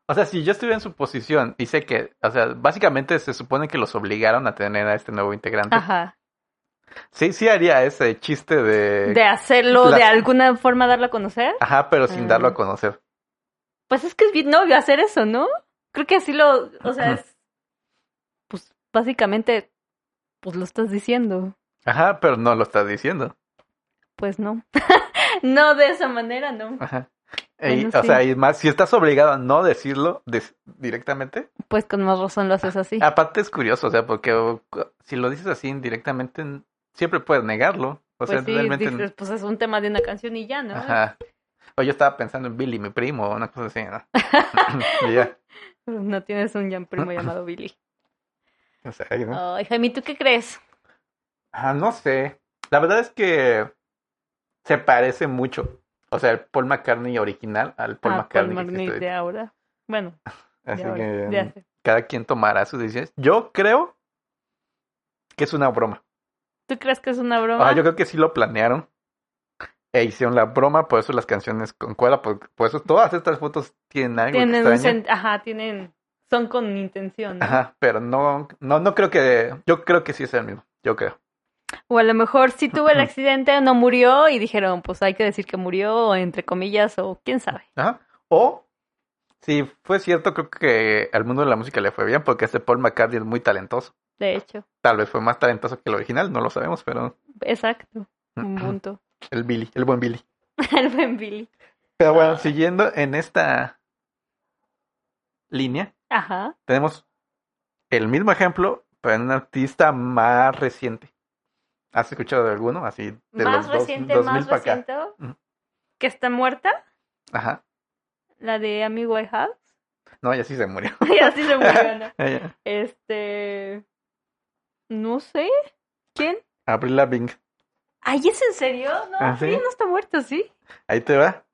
A: O sea, si yo estuviera en su posición y sé que. O sea, básicamente se supone que los obligaron a tener a este nuevo integrante.
B: Ajá.
A: Sí, sí haría ese chiste de.
B: De hacerlo,
A: las-
B: de alguna forma darlo a conocer.
A: Ajá, pero sin
B: Ah.
A: darlo a conocer.
B: Pues es que es bien novio hacer eso, ¿no? Creo que así lo, o sea, es, pues básicamente, pues lo estás diciendo,
A: Ajá, pero no lo estás diciendo.
B: pues no. no de esa manera, no.
A: Ajá. Y,
B: Bueno,
A: O
B: sí.
A: sea, y más, si estás obligado a no decirlo des- directamente.
B: Pues con más razón lo haces así.
A: Aparte es curioso, o sea, porque o, cu- si lo dices así indirectamente, n- siempre puedes negarlo. O
B: pues
A: sea,
B: sí,
A: realmente. n-
B: dices, pues es un tema de una canción y ya, ¿no?
A: Ajá. O yo estaba pensando en Billy, mi primo, o una cosa así, ¿no? y ya.
B: No tienes un ya- primo llamado Billy.
A: O sea, ahí, ¿no?
B: Ah. Ay, Jaime, ¿tú qué crees?
A: Ah, no sé. La verdad es que se parece mucho. O sea, el Paul McCartney original al Paul
B: Ah, Paul
A: McCartney. que
B: McCartney
A: existe
B: de ahora. Bueno,
A: ahorita. Así
B: de ahora,
A: que um,
B: de hace.
A: cada quien tomará sus decisiones. Yo creo que es una broma.
B: ¿Tú crees que es una
A: O
B: broma?
A: sea, Ah, yo creo que sí lo planearon. E hicieron la broma, por eso las canciones concuerdan, por, por eso todas estas fotos tienen algo
B: tienen un
A: extraño.
B: sen- Ajá, tienen... Son con intención. ¿no?
A: Ajá, pero no, no, no creo que, yo creo que sí es el mismo, yo creo.
B: O a lo mejor sí tuvo el
A: Ujú.
B: accidente, no murió y dijeron, pues hay que decir que murió, o entre comillas, o quién sabe.
A: Ajá. O, si fue cierto, creo que al mundo de la música le fue bien, porque este Paul McCartney es muy talentoso.
B: De hecho,
A: Tal vez fue más talentoso que el original, no lo sabemos, pero mm,
B: exacto. Un punto.
A: el Billy, el buen Billy.
B: El buen Billy.
A: Pero
B: Ah.
A: bueno, siguiendo en esta línea,
B: Ajá.
A: tenemos el mismo ejemplo, pero en un artista más reciente. ¿Has escuchado de alguno? Así, de
B: más
A: los dos-
B: reciente,
A: 2000
B: más
A: para acá.
B: reciente.
A: Ujú.
B: Que está muerta,
A: Ajá.
B: la de Amy Winehouse.
A: No, ya sí se murió.
B: y así se murió, ¿no?
A: Ya, ya.
B: Este. No sé. ¿Quién?
A: Abril Lavigne.
B: ¿Ay, es en serio? No,
A: ¿Ah,
B: sí,
A: sí?
B: no está muerta, sí.
A: Ahí te va.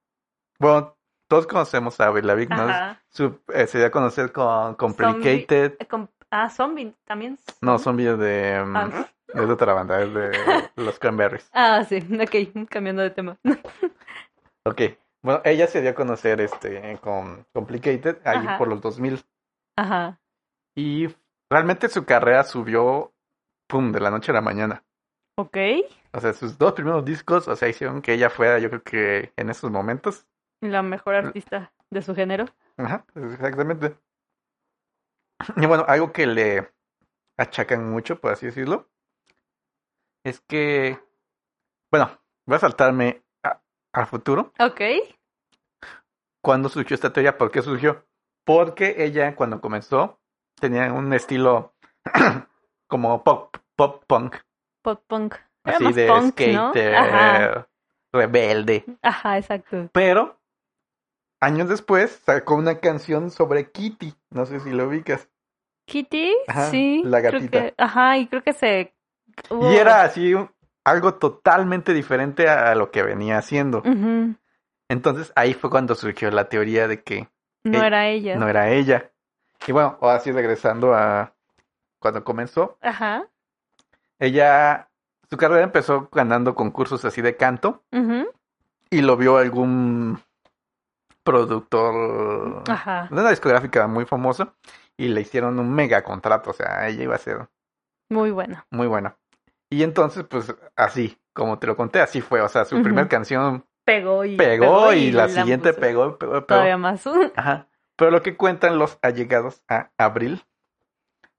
A: Bueno, todos conocemos a Avril Lavigne, ¿no?
B: Ajá.
A: Su- eh, se dio a conocer con Complicated.
B: Eh, con- Ah, Zombie también.
A: No, son videos de, mm,
B: Ah.
A: es de otra banda, es de los Cranberries.
B: Ah, sí, ok, cambiando de tema.
A: Ok. Bueno, ella se dio a conocer este con Complicated ahí
B: Ajá.
A: por los 2000.
B: Ajá.
A: Y realmente su carrera subió, pum, de la noche a la mañana.
B: Ok.
A: O sea, sus dos primeros discos, o sea, hicieron que ella fuera, yo creo que en esos momentos.
B: La mejor
A: Mm.
B: artista de su género.
A: Ajá, exactamente. Y bueno, algo que le achacan mucho, por así decirlo, es que, bueno, voy a saltarme a- al futuro.
B: Ok.
A: ¿Cuándo surgió esta teoría? ¿Por qué surgió? Porque ella, cuando comenzó, tenía un estilo como pop, pop punk,
B: Pop punk. Era
A: así
B: más
A: de
B: punk, ¿no?
A: skater,
B: Ajá.
A: rebelde.
B: Ajá, exacto.
A: Pero, años después, sacó una canción sobre Kitty. No sé si lo ubicas.
B: Kitty,
A: Ajá,
B: sí.
A: la
B: creo
A: gatita.
B: que- ajá, y creo que se. hubo-
A: Y era así un- algo totalmente diferente a, a lo que venía haciendo.
B: Ujú.
A: Entonces ahí fue cuando surgió la teoría de que
B: No
A: Eh,
B: era ella.
A: no era ella. Y bueno, ahora sí regresando a cuando comenzó,
B: Ajá.
A: ella, su carrera empezó ganando concursos así de canto
B: ujú,
A: y lo vio algún productor
B: Ajá.
A: de una discográfica muy famosa y le hicieron un mega contrato, o sea, ella iba a ser
B: Muy buena.
A: Muy buena. Y entonces, pues así, como te lo conté, así fue. O sea, su
B: Ujú.
A: primera canción
B: Pegó y.
A: pegó y la siguiente
B: puso
A: pegó, pegó, pegó.
B: Todavía más. Uh,
A: Ajá. Pero lo que cuentan los allegados a Abril,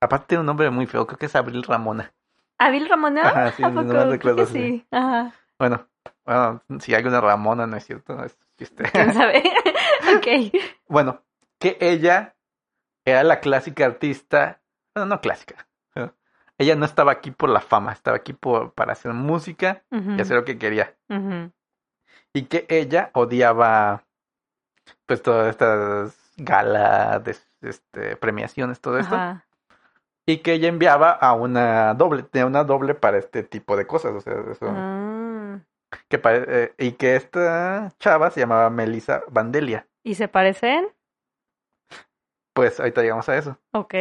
A: aparte tiene un nombre muy feo, creo que es Abril Ramona.
B: ¿Avil Ramona?
A: Ajá, sí,
B: ¿Ah? ¿A
A: no
B: poco?
A: me
B: Creo
A: recuerdo.
B: que
A: sí.
B: sí. Ajá.
A: Bueno, bueno, si hay una Ramona, no es cierto, no es chiste.
B: ¿Quién sabe? ok.
A: Bueno, que ella era la clásica artista, bueno, no clásica. pero Ella no estaba aquí por la fama, estaba aquí por, para hacer música y
B: Ujú,
A: hacer lo que quería.
B: ujú.
A: y que ella odiaba pues todas estas galas, des- este, premiaciones, todo esto,
B: Ajá.
A: y que ella enviaba a una doble, tenía una doble para este tipo de cosas, o sea, eso,
B: Ah,
A: que pare- eh, y que esta chava se llamaba Melissa Vandelia,
B: ¿Y se parecen?
A: pues ahorita llegamos a eso.
B: Ok.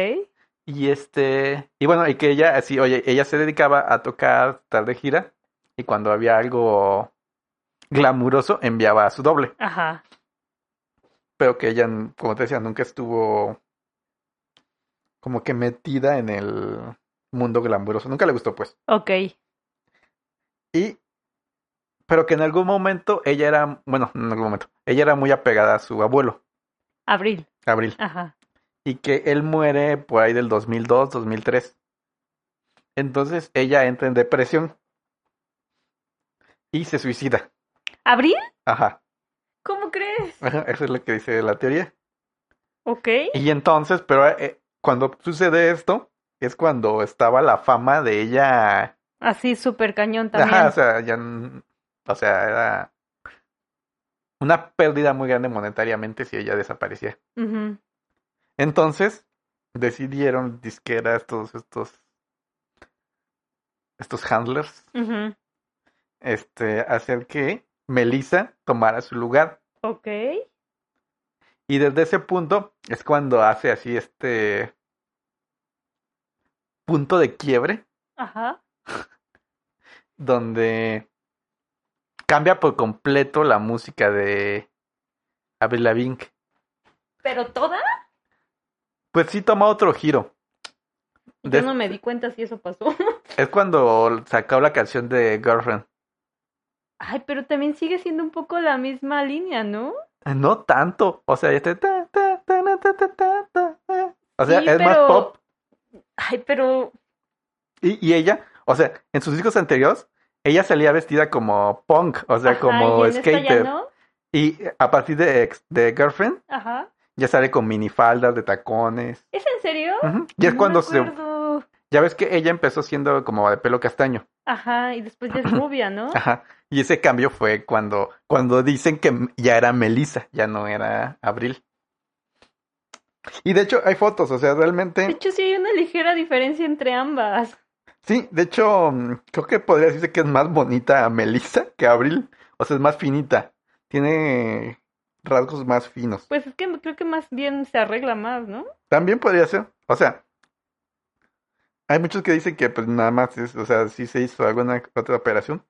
A: Y este, y bueno, y que ella así, oye, ella se dedicaba a tocar, estar de gira, y cuando había algo glamuroso, enviaba a su doble.
B: Ajá.
A: pero que ella, n- como te decía, nunca estuvo como que metida en el mundo glamuroso. Nunca le gustó, pues.
B: Ok.
A: Y, pero que en algún momento ella era, bueno, en algún momento, ella era muy apegada a su abuelo,
B: Abril.
A: Abril,
B: Ajá.
A: y que él muere por ahí del 2002, 2003. Entonces ella entra en depresión y se suicida.
B: ¿Abril?
A: Ajá,
B: ¿Cómo crees?
A: ajá, eso es lo que dice la teoría.
B: Ok.
A: Y entonces, pero eh, cuando sucede esto, es cuando estaba la fama de ella.
B: Así súper cañón también.
A: Ajá, o sea, ya. n- O sea, era una pérdida muy grande monetariamente si ella desaparecía.
B: Ujú.
A: Entonces, decidieron disqueras, todos estos. Estos handlers,
B: Ujú.
A: este, hacer que Melissa tomara su lugar.
B: Ok.
A: Y desde ese punto es cuando hace así este punto de quiebre,
B: Ajá.
A: donde cambia por completo la música de Avril Lavigne.
B: ¿Pero toda?
A: Pues sí toma otro giro.
B: Yo
A: Des-
B: no me di cuenta si eso pasó.
A: Es cuando sacó la canción de Girlfriend.
B: Ay, pero también sigue siendo un poco la misma línea, ¿no?
A: Ah, No tanto. O sea, este ta, ta, ta, na, ta, ta, ta, ta, ta. O sea,
B: Sí,
A: es más
B: pero-
A: pop.
B: Ay, pero
A: Y, y ella, o sea, en sus discos anteriores, ella salía vestida como punk, o sea,
B: Ajá,
A: como
B: y en esta ya
A: skater.
B: no.
A: Y a partir de, ex- de Girlfriend,
B: Ajá.
A: ya sale con minifaldas, de tacones.
B: ¿Es en serio?
A: Ujú. Y es
B: No
A: cuando
B: me
A: se.
B: acuerdo.
A: Ya ves que ella empezó siendo como de pelo castaño.
B: Ajá, y después ya es rubia, ¿no?
A: Ajá. Y ese cambio fue cuando, cuando dicen que m- ya era Melissa, ya no era Abril. Y de hecho hay fotos, o sea,
B: De
A: realmente,
B: hecho, sí hay una ligera diferencia entre ambas.
A: sí, de hecho, mm, creo que podría decirse que es más bonita Melissa que Abril, o sea, es más finita, tiene rasgos más finos.
B: Pues es que creo que más bien se arregla más, ¿no?
A: También podría ser, o sea, hay muchos que dicen que pues nada más es, o sea, sí se hizo alguna otra operación,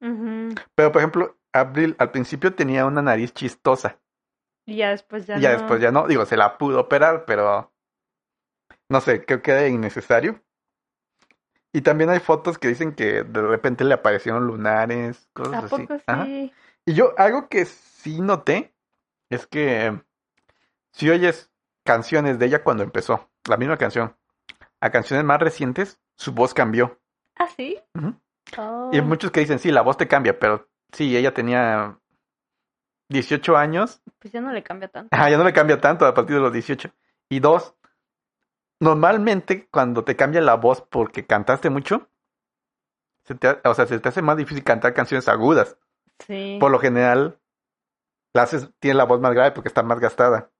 B: Ujú.
A: pero por ejemplo, Abril al principio tenía una nariz chistosa.
B: Y ya después ya
A: Y ya
B: no.
A: después ya no, digo, se la pudo operar, pero no sé, creo que era innecesario. Y también hay fotos que dicen que de repente le aparecieron lunares, cosas
B: ¿A poco
A: así. Ajá.
B: sí?
A: Y yo, algo que sí noté es que eh, si oyes canciones de ella cuando empezó, la misma canción, a canciones más recientes, su voz cambió.
B: ¿Ah, sí?
A: Ujú.
B: Oh.
A: Y hay muchos que dicen, sí, la voz te cambia, pero sí, ella tenía 18 años
B: Pues ya no le cambia tanto.
A: Ajá, ya no me cambia tanto a partir de los 18. Y dos, normalmente cuando te cambia la voz porque cantaste mucho, se te, ha- o sea, se te hace más difícil cantar canciones agudas.
B: Sí.
A: Por lo general, la haces, tiene la voz más grave porque está más gastada.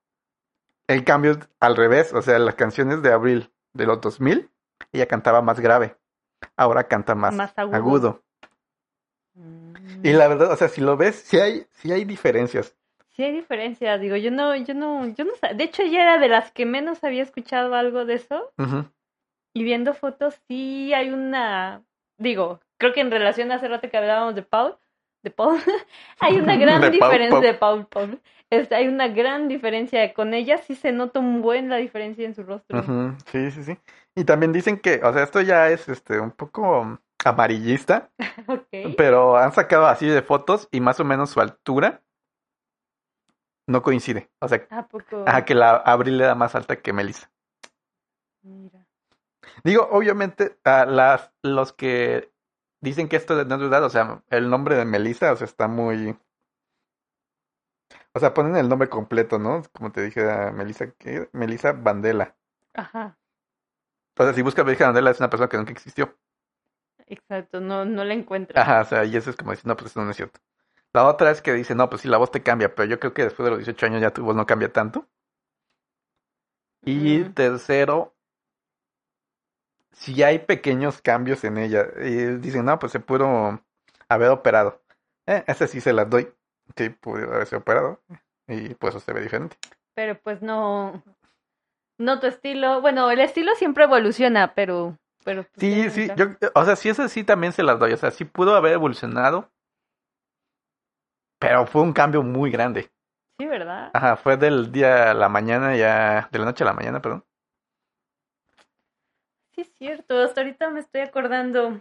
A: El cambio es al revés, o sea, las canciones de abril de los 2000, ella cantaba más grave. Ahora canta más,
B: Más agudo. Mm.
A: agudo. Y la verdad, o sea, si lo ves, sí hay, sí hay diferencias.
B: Sí hay diferencia, digo, yo no, yo no, yo no sa- De hecho, ella era de las que menos había escuchado algo de eso.
A: Ujú.
B: Y viendo fotos, sí hay una. Digo, creo que en relación a hace rato que hablábamos de Paul, de Paul, hay una gran
A: De Paul,
B: diferencia
A: Paul.
B: de Paul, Paul. Este, hay una gran diferencia con ella, sí se nota un buen la diferencia en su rostro.
A: Ujú, Sí, sí, sí. Y también dicen que, o sea, esto ya es este un poco mm, amarillista,
B: Ok.
A: pero han sacado así de fotos y más o menos su altura no coincide. O sea,
B: ¿A poco?
A: ajá, que la Abril era más alta que Melissa.
B: Mira.
A: Digo, obviamente, a las, los que dicen que esto no es verdad, o sea, el nombre de Melissa, o sea, está muy... O sea, ponen el nombre completo, ¿no? Como te dije, a Melissa, ¿qué? Melissa Vandela.
B: Ajá,
A: O sea, si buscas Melissa Vandela es una persona que nunca existió.
B: exacto, no, no la encuentro.
A: Ajá, o sea, y eso es como decir, no, pues eso no es cierto. La otra es que dice, no, pues sí, la voz te cambia, pero yo creo que después de los 18 años ya tu voz no cambia tanto. Y
B: Mm.
A: tercero, si hay pequeños cambios en ella, y dicen, no, pues se pudo haber operado. Eh, esa sí se las doy. Sí, pudo haberse operado. Y pues eso se ve diferente.
B: Pero pues no, no tu estilo. Bueno, el estilo siempre evoluciona, pero, pero. pues,
A: Sí,
B: ya
A: sí,
B: está.
A: yo, o sea, sí, esa sí también se las doy. O sea, sí pudo haber evolucionado, pero fue un cambio muy grande.
B: Sí, ¿verdad?
A: Ajá, fue del día a la mañana ya, de la noche a la mañana, perdón.
B: Sí, es cierto. Hasta ahorita me estoy acordando.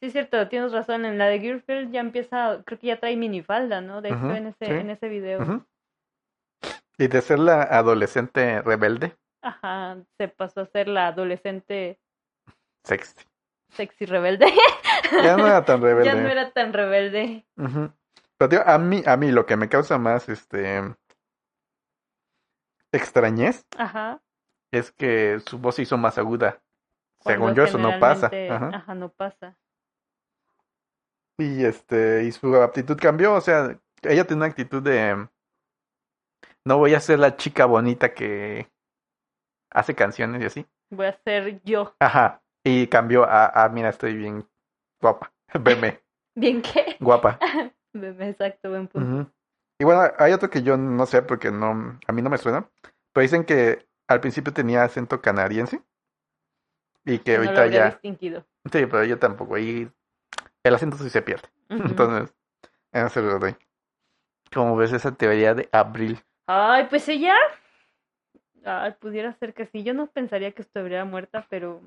B: Sí, es cierto, tienes razón. En la de Girlfield ya empieza, creo que ya trae minifalda, ¿no? De hecho,
A: Ujú,
B: en, ese,
A: sí.
B: en ese video.
A: Ujú. Y de ser la adolescente rebelde,
B: Ajá, se pasó a ser la adolescente
A: sexy.
B: sexy rebelde.
A: Ya no era tan rebelde.
B: ya no era tan rebelde.
A: Ujú. Pero tío, a mí, a mí lo que me causa más este extrañez
B: Ajá.
A: es que su voz se hizo más aguda. Según
B: cuando
A: yo, eso no pasa.
B: generalmente-
A: Ajá.
B: Ajá, no pasa.
A: Y este, y su aptitud cambió, o sea, ella tenía una actitud de no voy a ser la chica bonita que hace canciones y así.
B: Voy a ser yo.
A: Ajá. Y cambió a, ah, mira, estoy bien guapa. Veme.
B: Bien que.
A: Guapa.
B: Exacto, buen punto.
A: Ujú. Y bueno, hay otro que yo no sé porque no, a mí no me suena, pero dicen que al principio tenía acento canadiense y que
B: No lo
A: ahorita
B: habría
A: ya...
B: distinguido.
A: Sí, pero yo tampoco. Y el acento sí se pierde.
B: Ujú.
A: Entonces, en se lo doy. Como ves esa teoría de Abril.
B: Ay, pues ella. Ay, pudiera ser que sí. Yo no pensaría que estuviera muerta, pero.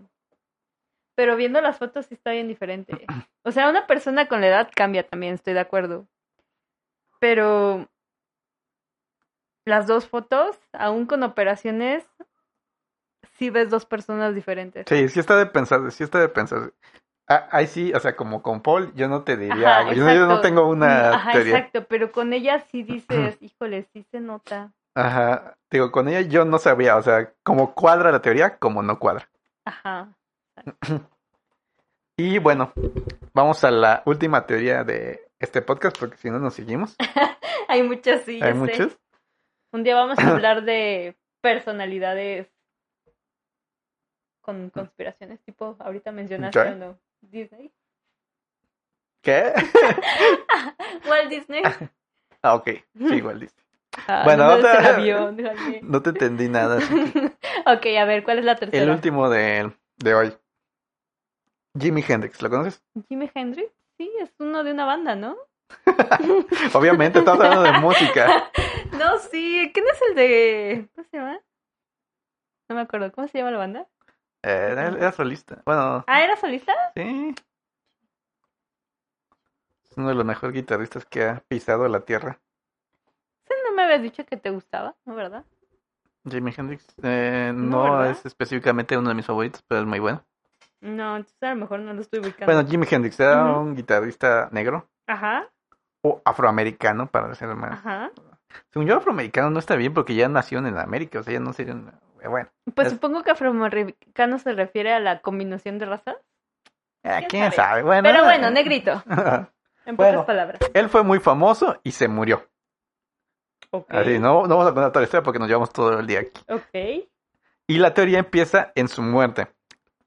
B: Pero viendo las fotos sí está bien diferente. O sea, una persona con la edad cambia también, estoy de acuerdo. Pero. Las dos fotos, aún con operaciones, sí ves dos personas diferentes.
A: Sí, sí está de pensar, sí está de pensar. Ah, ahí sí, o sea, como con Paul, yo no te diría
B: Ajá,
A: algo. Yo, no- yo no
B: exacto.
A: tengo una
B: Ajá,
A: teoría.
B: exacto, pero con ella sí dices, híjole, sí se nota.
A: Ajá. Digo, con ella yo no sabía, o sea, como cuadra la teoría, como no cuadra.
B: Ajá.
A: Y bueno, vamos a la última teoría de este podcast, porque si no nos seguimos.
B: Hay muchas, sí, ya
A: Hay
B: sé.
A: muchas.
B: Un día vamos a hablar de personalidades con conspiraciones, tipo ahorita mencionaste
A: Ok.
B: o no. Disney.
A: ¿Qué?
B: Walt Disney.
A: Ah, ok. Sí, igual dice.
B: Ah,
A: Bueno,
B: no
A: otra-
B: es el avión, déjame.
A: No te entendí nada. así que-
B: ok, a ver, ¿cuál es la tercera?
A: El último de, de hoy. Jimi Hendrix, ¿lo conoces?
B: Jimi Hendrix, sí, es uno de una banda, ¿no?
A: Obviamente, estamos hablando de música.
B: No, sí, ¿quién es el de. ¿Cómo se llama? No me acuerdo, ¿cómo se llama la banda?
A: Eh, Era, era solista. Bueno,
B: Ah, ¿era solista?
A: sí. Es uno de los mejores guitarristas que ha pisado la tierra.
B: Ese no me habías dicho que te gustaba, ¿no, verdad?
A: Jimi Hendrix eh,
B: No,
A: no,
B: ¿verdad?
A: es específicamente uno de mis favoritos, pero es muy bueno.
B: No, entonces a lo mejor no lo estoy ubicando.
A: Bueno, Jimi Hendrix era
B: Ujú.
A: un guitarrista negro
B: Ajá,
A: o afroamericano, para ser más.
B: ajá.
A: Según yo, afroamericano no está bien porque ya nació en América, o sea, ya no sería. un- eh, Bueno,
B: Pues
A: Es-
B: supongo que afroamericano se refiere a la combinación de razas.
A: eh,
B: ¿Quién
A: quién
B: sabe?
A: sabe. Bueno,
B: Pero bueno, negrito, en
A: ah. Bueno.
B: pocas palabras.
A: Él fue muy famoso y se murió.
B: Ok.
A: Así, no, no vamos a contar toda la historia porque nos llevamos todo el día aquí.
B: Ok.
A: Y la teoría empieza en su muerte.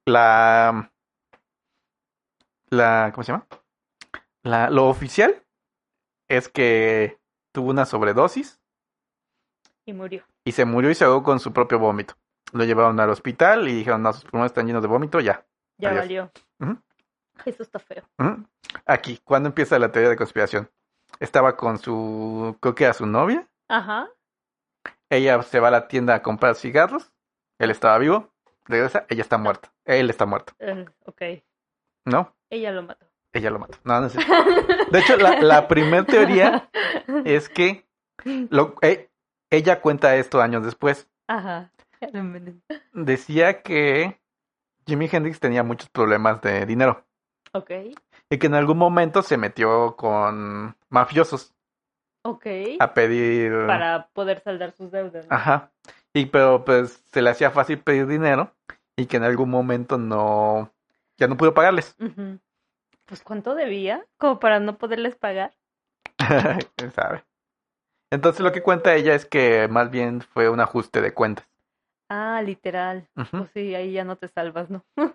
A: La. La. ¿Cómo se llama? La, lo oficial es que tuvo una sobredosis
B: Y murió.
A: y se murió y se ahogó con su propio vómito. Lo llevaron al hospital y dijeron: No, sus pulmones están llenos de vómito, ya.
B: Ya
A: Adiós.
B: valió.
A: Ujú.
B: Eso está feo.
A: ¿Mm? Aquí, ¿cuándo empieza la teoría de conspiración? Estaba con su. Creo que era su novia.
B: Ajá.
A: Ella se va a la tienda a comprar cigarros. Él estaba vivo. Regresa. Ella está muerta. Él está muerto.
B: eh, ok.
A: No,
B: Ella lo mató.
A: ella lo mató. No, no es cierto. De hecho, la, primera teoría es que lo- eh, ella cuenta esto años después.
B: Ajá. Ya lo envenenó.
A: Decía que Jimi Hendrix tenía muchos problemas de dinero
B: Ok.
A: y que en algún momento se metió con mafiosos
B: Ok.
A: a pedir.
B: Para poder saldar sus deudas. ¿no?
A: Ajá. Y pero pues se le hacía fácil pedir dinero y que en algún momento no. Ya no pudo pagarles.
B: Ujú. Pues cuánto debía, como para no poderles pagar.
A: ¿Quién sabe? Entonces lo que cuenta ella es que más bien fue un ajuste de cuentas.
B: Ah, literal.
A: Ujú.
B: Pues sí, ahí ya no te salvas, ¿no?
A: Ujú.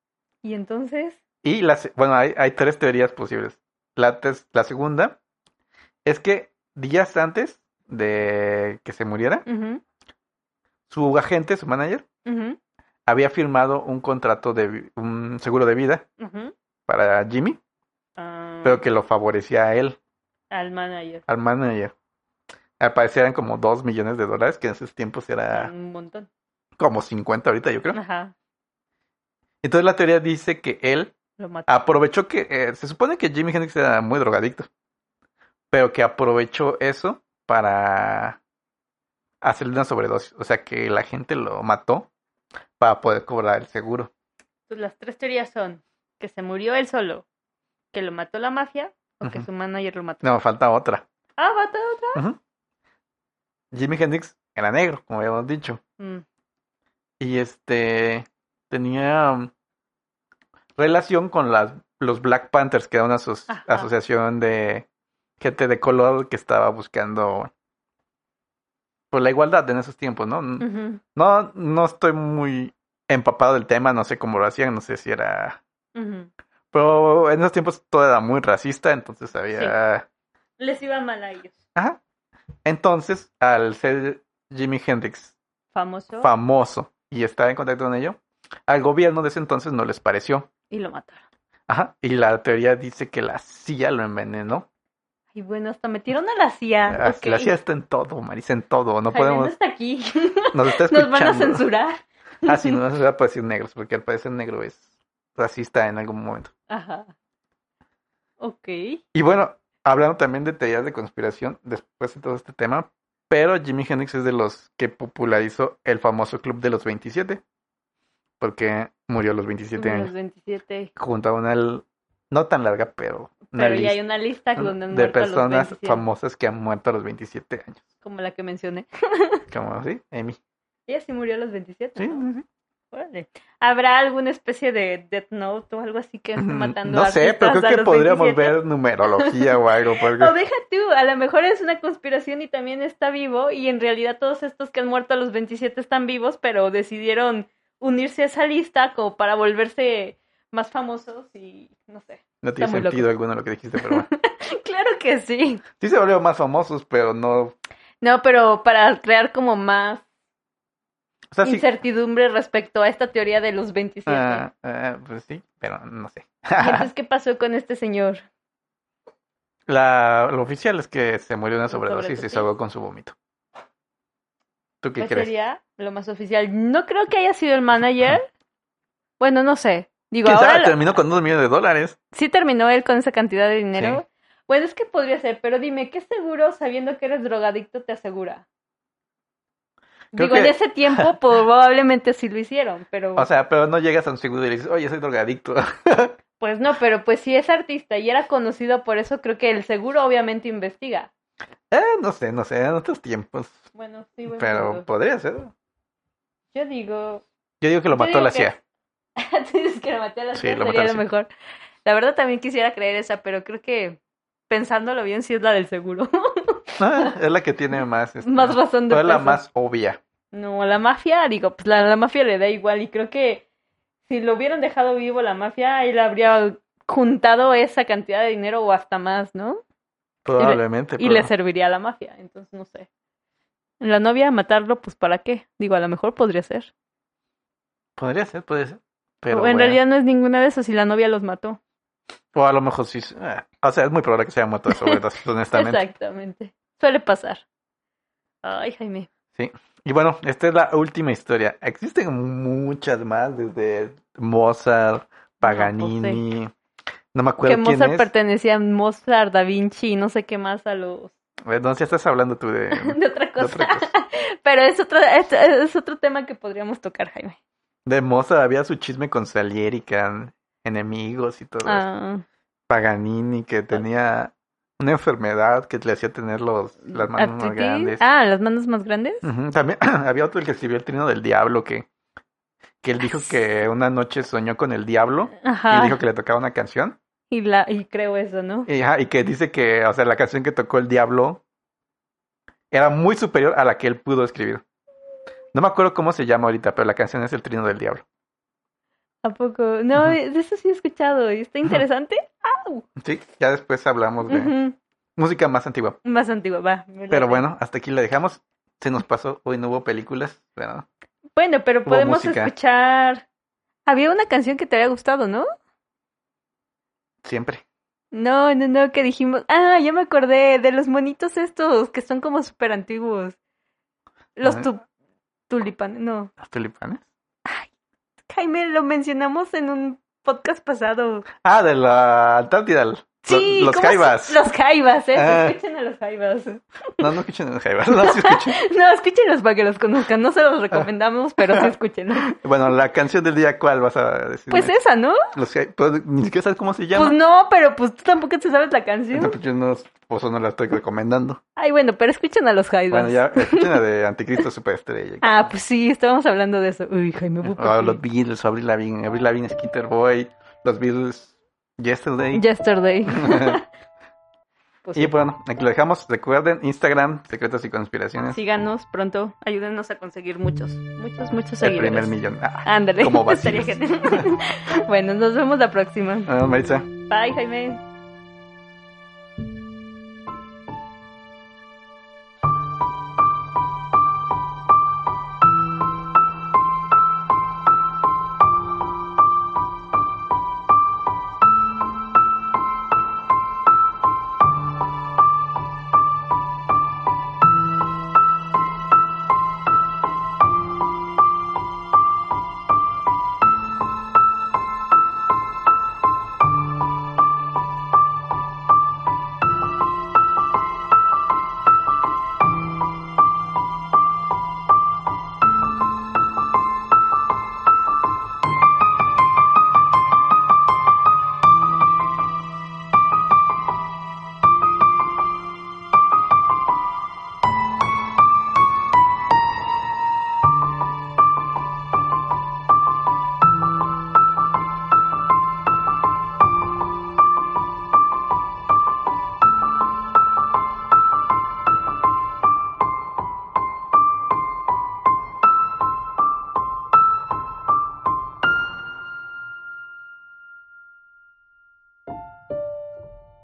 B: Y entonces.
A: Y las, bueno, hay, hay tres teorías posibles. La, tes- la segunda es que días antes de que se muriera,
B: Ujú,
A: su agente, su manager,
B: ujú,
A: había firmado un contrato de vi- un seguro de vida
B: ujú.
A: para Jimmy,
B: Ah,
A: pero que lo favorecía a él,
B: Al manager.
A: al manager. Al parecer eran como 2 millones de dólares, que en esos tiempos era
B: Un montón.
A: como 50 ahorita, yo Ah, creo.
B: Ajá.
A: Entonces la teoría dice que él
B: Lo mató.
A: aprovechó que eh, se supone que Jimi Hendrix era muy drogadicto, pero que aprovechó eso para hacerle una sobredosis, o sea que la gente lo mató para poder cobrar el seguro.
B: Pues las tres teorías son que se murió él solo, que lo mató la mafia o que
A: Ujú.
B: su manager lo mató.
A: No, falta otra.
B: Ah, mató otra.
A: Ujú. Jimi Hendrix era negro, como habíamos dicho,
B: Mm,
A: y este tenía mm, relación con las los Black Panthers, que era una aso-
B: Ajá.
A: asociación de gente de color que estaba buscando pues la igualdad en esos tiempos, ¿no?
B: ujú,
A: No, no estoy muy empapado del tema, no sé cómo lo hacían, no sé si era
B: ujú.
A: Pero en esos tiempos todo era muy racista, entonces había...
B: Les iba mal a ellos.
A: Ajá. Entonces, al ser Jimi Hendrix
B: Famoso.
A: famoso y estar en contacto con ello, al gobierno de ese entonces no les pareció.
B: y lo mataron.
A: Ajá. Y la teoría dice que la CIA lo envenenó.
B: Y bueno, hasta metieron a la CIA.
A: Ah,
B: ok.
A: La CIA está en todo, Marisa, en todo. No
B: Jaime, no
A: podemos...
B: está aquí.
A: Nos está
B: Nos van a
A: escuchando.
B: censurar.
A: Ah, sí, no nos va a decir negros, porque al parecer negro es racista en algún momento.
B: Ajá. Ok.
A: Y bueno, hablando también de teorías de conspiración, después de todo este tema, pero Jimi Hendrix es de los que popularizó el famoso club de los 27, porque murió a los 27
B: Números
A: años,
B: 27.
A: junto a una, l- no tan larga, pero una
B: Pero ya hay
A: lista
B: una lista donde han
A: de
B: muerto a los
A: personas
B: 27,
A: famosas que han muerto a los 27 años.
B: Como la que mencioné.
A: Como así, Amy.
B: Ella sí murió a los 27.
A: Sí,
B: ¿no?
A: sí, sí.
B: Órale. ¿Habrá alguna especie de Death Note o algo así que esté matando
A: No
B: a
A: sé, pero
B: artistas a
A: creo que
B: los
A: podríamos
B: 27?
A: ver numerología o algo. porque-
B: O deja tú, a lo mejor es una conspiración y también está vivo y en realidad todos estos que han muerto a los 27 están vivos, pero decidieron unirse a esa lista como para volverse más famosos y no sé.
A: No tiene
B: muy loco.
A: sentido alguno lo que dijiste, pero bueno.
B: Claro que sí.
A: Sí se volvieron más famosos, pero no... O
B: No, pero para crear como más
A: sea, sí...
B: incertidumbre respecto a esta teoría de los 27.
A: Ah, ah, pues sí, pero no sé.
B: ¿Y entonces qué pasó con este señor?
A: La, lo oficial es que se murió de una sobredosis y
B: Sobredosis.
A: se ahogó con su vómito. ¿Tú qué
B: Pues
A: crees?
B: sería lo más oficial. No creo que haya sido el manager. Bueno, no sé. Digo,
A: ¿Quién
B: ahora
A: sabe? Terminó con dos millones de dólares.
B: sí terminó él con esa cantidad de dinero. Bueno, es que podría ser, pero dime, ¿qué seguro sabiendo que eres drogadicto te asegura?
A: Creo
B: Digo, en
A: que-
B: ese tiempo probablemente sí lo hicieron, pero
A: O sea, pero no llegas a un seguro y le dices, oye, soy drogadicto.
B: pues no, pero pues si es artista y era conocido por eso, creo que el seguro obviamente investiga.
A: Eh, no sé, no sé, en otros tiempos.
B: Bueno, sí, buen
A: Pero pues
B: punto.
A: podría ser.
B: Yo digo,
A: Yo digo que lo
B: Yo
A: mató
B: digo
A: la
B: que-
A: CIA.
B: Tú dices que lo maté a la
A: Sí,
B: CIA,
A: lo maté
B: sería
A: a la
B: lo mejor. La verdad también quisiera creer esa, pero creo que pensándolo bien sí es la del seguro.
A: Ah, es la que tiene más... este,
B: más razón de
A: pero es la
B: peso.
A: más obvia.
B: No, la mafia, digo, pues la, la mafia le da igual y creo que si lo hubieran dejado vivo la mafia, él habría juntado esa cantidad de dinero o hasta más, ¿no?
A: Probablemente.
B: Y
A: pero-
B: le serviría a la mafia, entonces no sé. La novia matarlo, pues para qué? Digo, a lo mejor podría ser.
A: Podría ser, podría ser. Pero
B: o en
A: bueno.
B: realidad no es ninguna de esas y la novia los mató.
A: O a lo mejor sí. sí, eh. O sea, es muy probable que sea muerto de sobredosis, honestamente.
B: Exactamente. Suele pasar. Ay, Jaime.
A: Y bueno, esta es la última historia. Existen muchas más, desde Mozart, Paganini. No, me acuerdo
B: Ah, pues que
A: quién
B: Mozart
A: es.
B: pertenecía a Mozart, Da Vinci y no sé qué más a los
A: Entonces ya Eh, estás hablando tú de, de
B: de otra cosa.
A: otra cosa.
B: Pero es otro es, es otro tema que podríamos tocar, Jaime.
A: De Mozart había su chisme con Salieri, que eran enemigos y todo. eso.
B: Ah,
A: Paganini, que tenía una enfermedad que le hacía tener los, las manos más
B: artritis.
A: grandes.
B: Ah, las manos más grandes.
A: Ujú, También había otro el que escribió El Trino del Diablo, que, que él dijo que una noche soñó con el diablo y
B: Ajá.
A: dijo que le tocaba una canción.
B: Y la y creo eso, ¿no?
A: Y, ajá, y que dice que, o sea, la canción que tocó el diablo era muy superior a la que él pudo escribir. No me acuerdo cómo se llama ahorita, pero la canción es El Trino del Diablo.
B: ¿A poco? No,
A: Ujú.
B: de eso sí he escuchado. ¿Y está interesante? ¡Au!
A: Sí, ya después hablamos de
B: Ujú.
A: música más antigua.
B: Más antigua, va. me
A: Pero
B: late.
A: bueno, hasta aquí la dejamos. Se nos pasó, hoy no hubo películas, ¿verdad?
B: Bueno, pero
A: Hubo
B: podemos
A: música.
B: escuchar. Había una canción que te había gustado, ¿no?
A: Siempre.
B: No, no, no, que dijimos. Ah, ya me acordé de los monitos estos que son como súper antiguos. Los
A: Ah.
B: tu- tulipanes. No,
A: Los tulipanes.
B: Jaime, lo mencionamos en un podcast pasado.
A: Ah, de la Antártida. lo-
B: Sí,
A: los
B: ¿cómo se-
A: Jaivas.
B: Los Jaivas, eh.
A: Ah.
B: Escuchen a los Jaivas.
A: No, no escuchen los Jaivas. No, sí escuchen.
B: No, escúchenlos para que los conozcan. No se los recomendamos, pero sí escúchenlos.
A: Bueno, la canción del día, ¿cuál vas a decir?
B: Pues esa, ¿no?
A: Los Jai- pues, ni siquiera sabes cómo se
B: Pues
A: llama.
B: no, pero pues tú tampoco te sabes la
A: No,
B: canción.
A: pues yo no, pues no la estoy recomendando.
B: Ay, bueno, pero escuchen a los Jaivas.
A: Bueno, ya escuchen la de Anticristo Superestrella.
B: Ah, pues sí, estábamos hablando de eso. Uy, Jaime, voy por
A: Ah,
B: ti.
A: los Beatles, Avril Lavigne, Avril Lavigne, Skater Boy, los Beatles, Yesterday.
B: Yesterday. Pues
A: Y
B: sí.
A: bueno, aquí lo dejamos. Recuerden, Instagram, Secretos y Conspiraciones.
B: Síganos pronto, ayúdennos a conseguir muchos, muchos, muchos
A: el primer
B: seguidores.
A: millón. Ah,
B: Ándale.
A: Como
B: Estaría
A: vacíos.
B: genial. bueno, nos vemos la próxima.
A: ah, Maritza.
B: Bye, Jaime.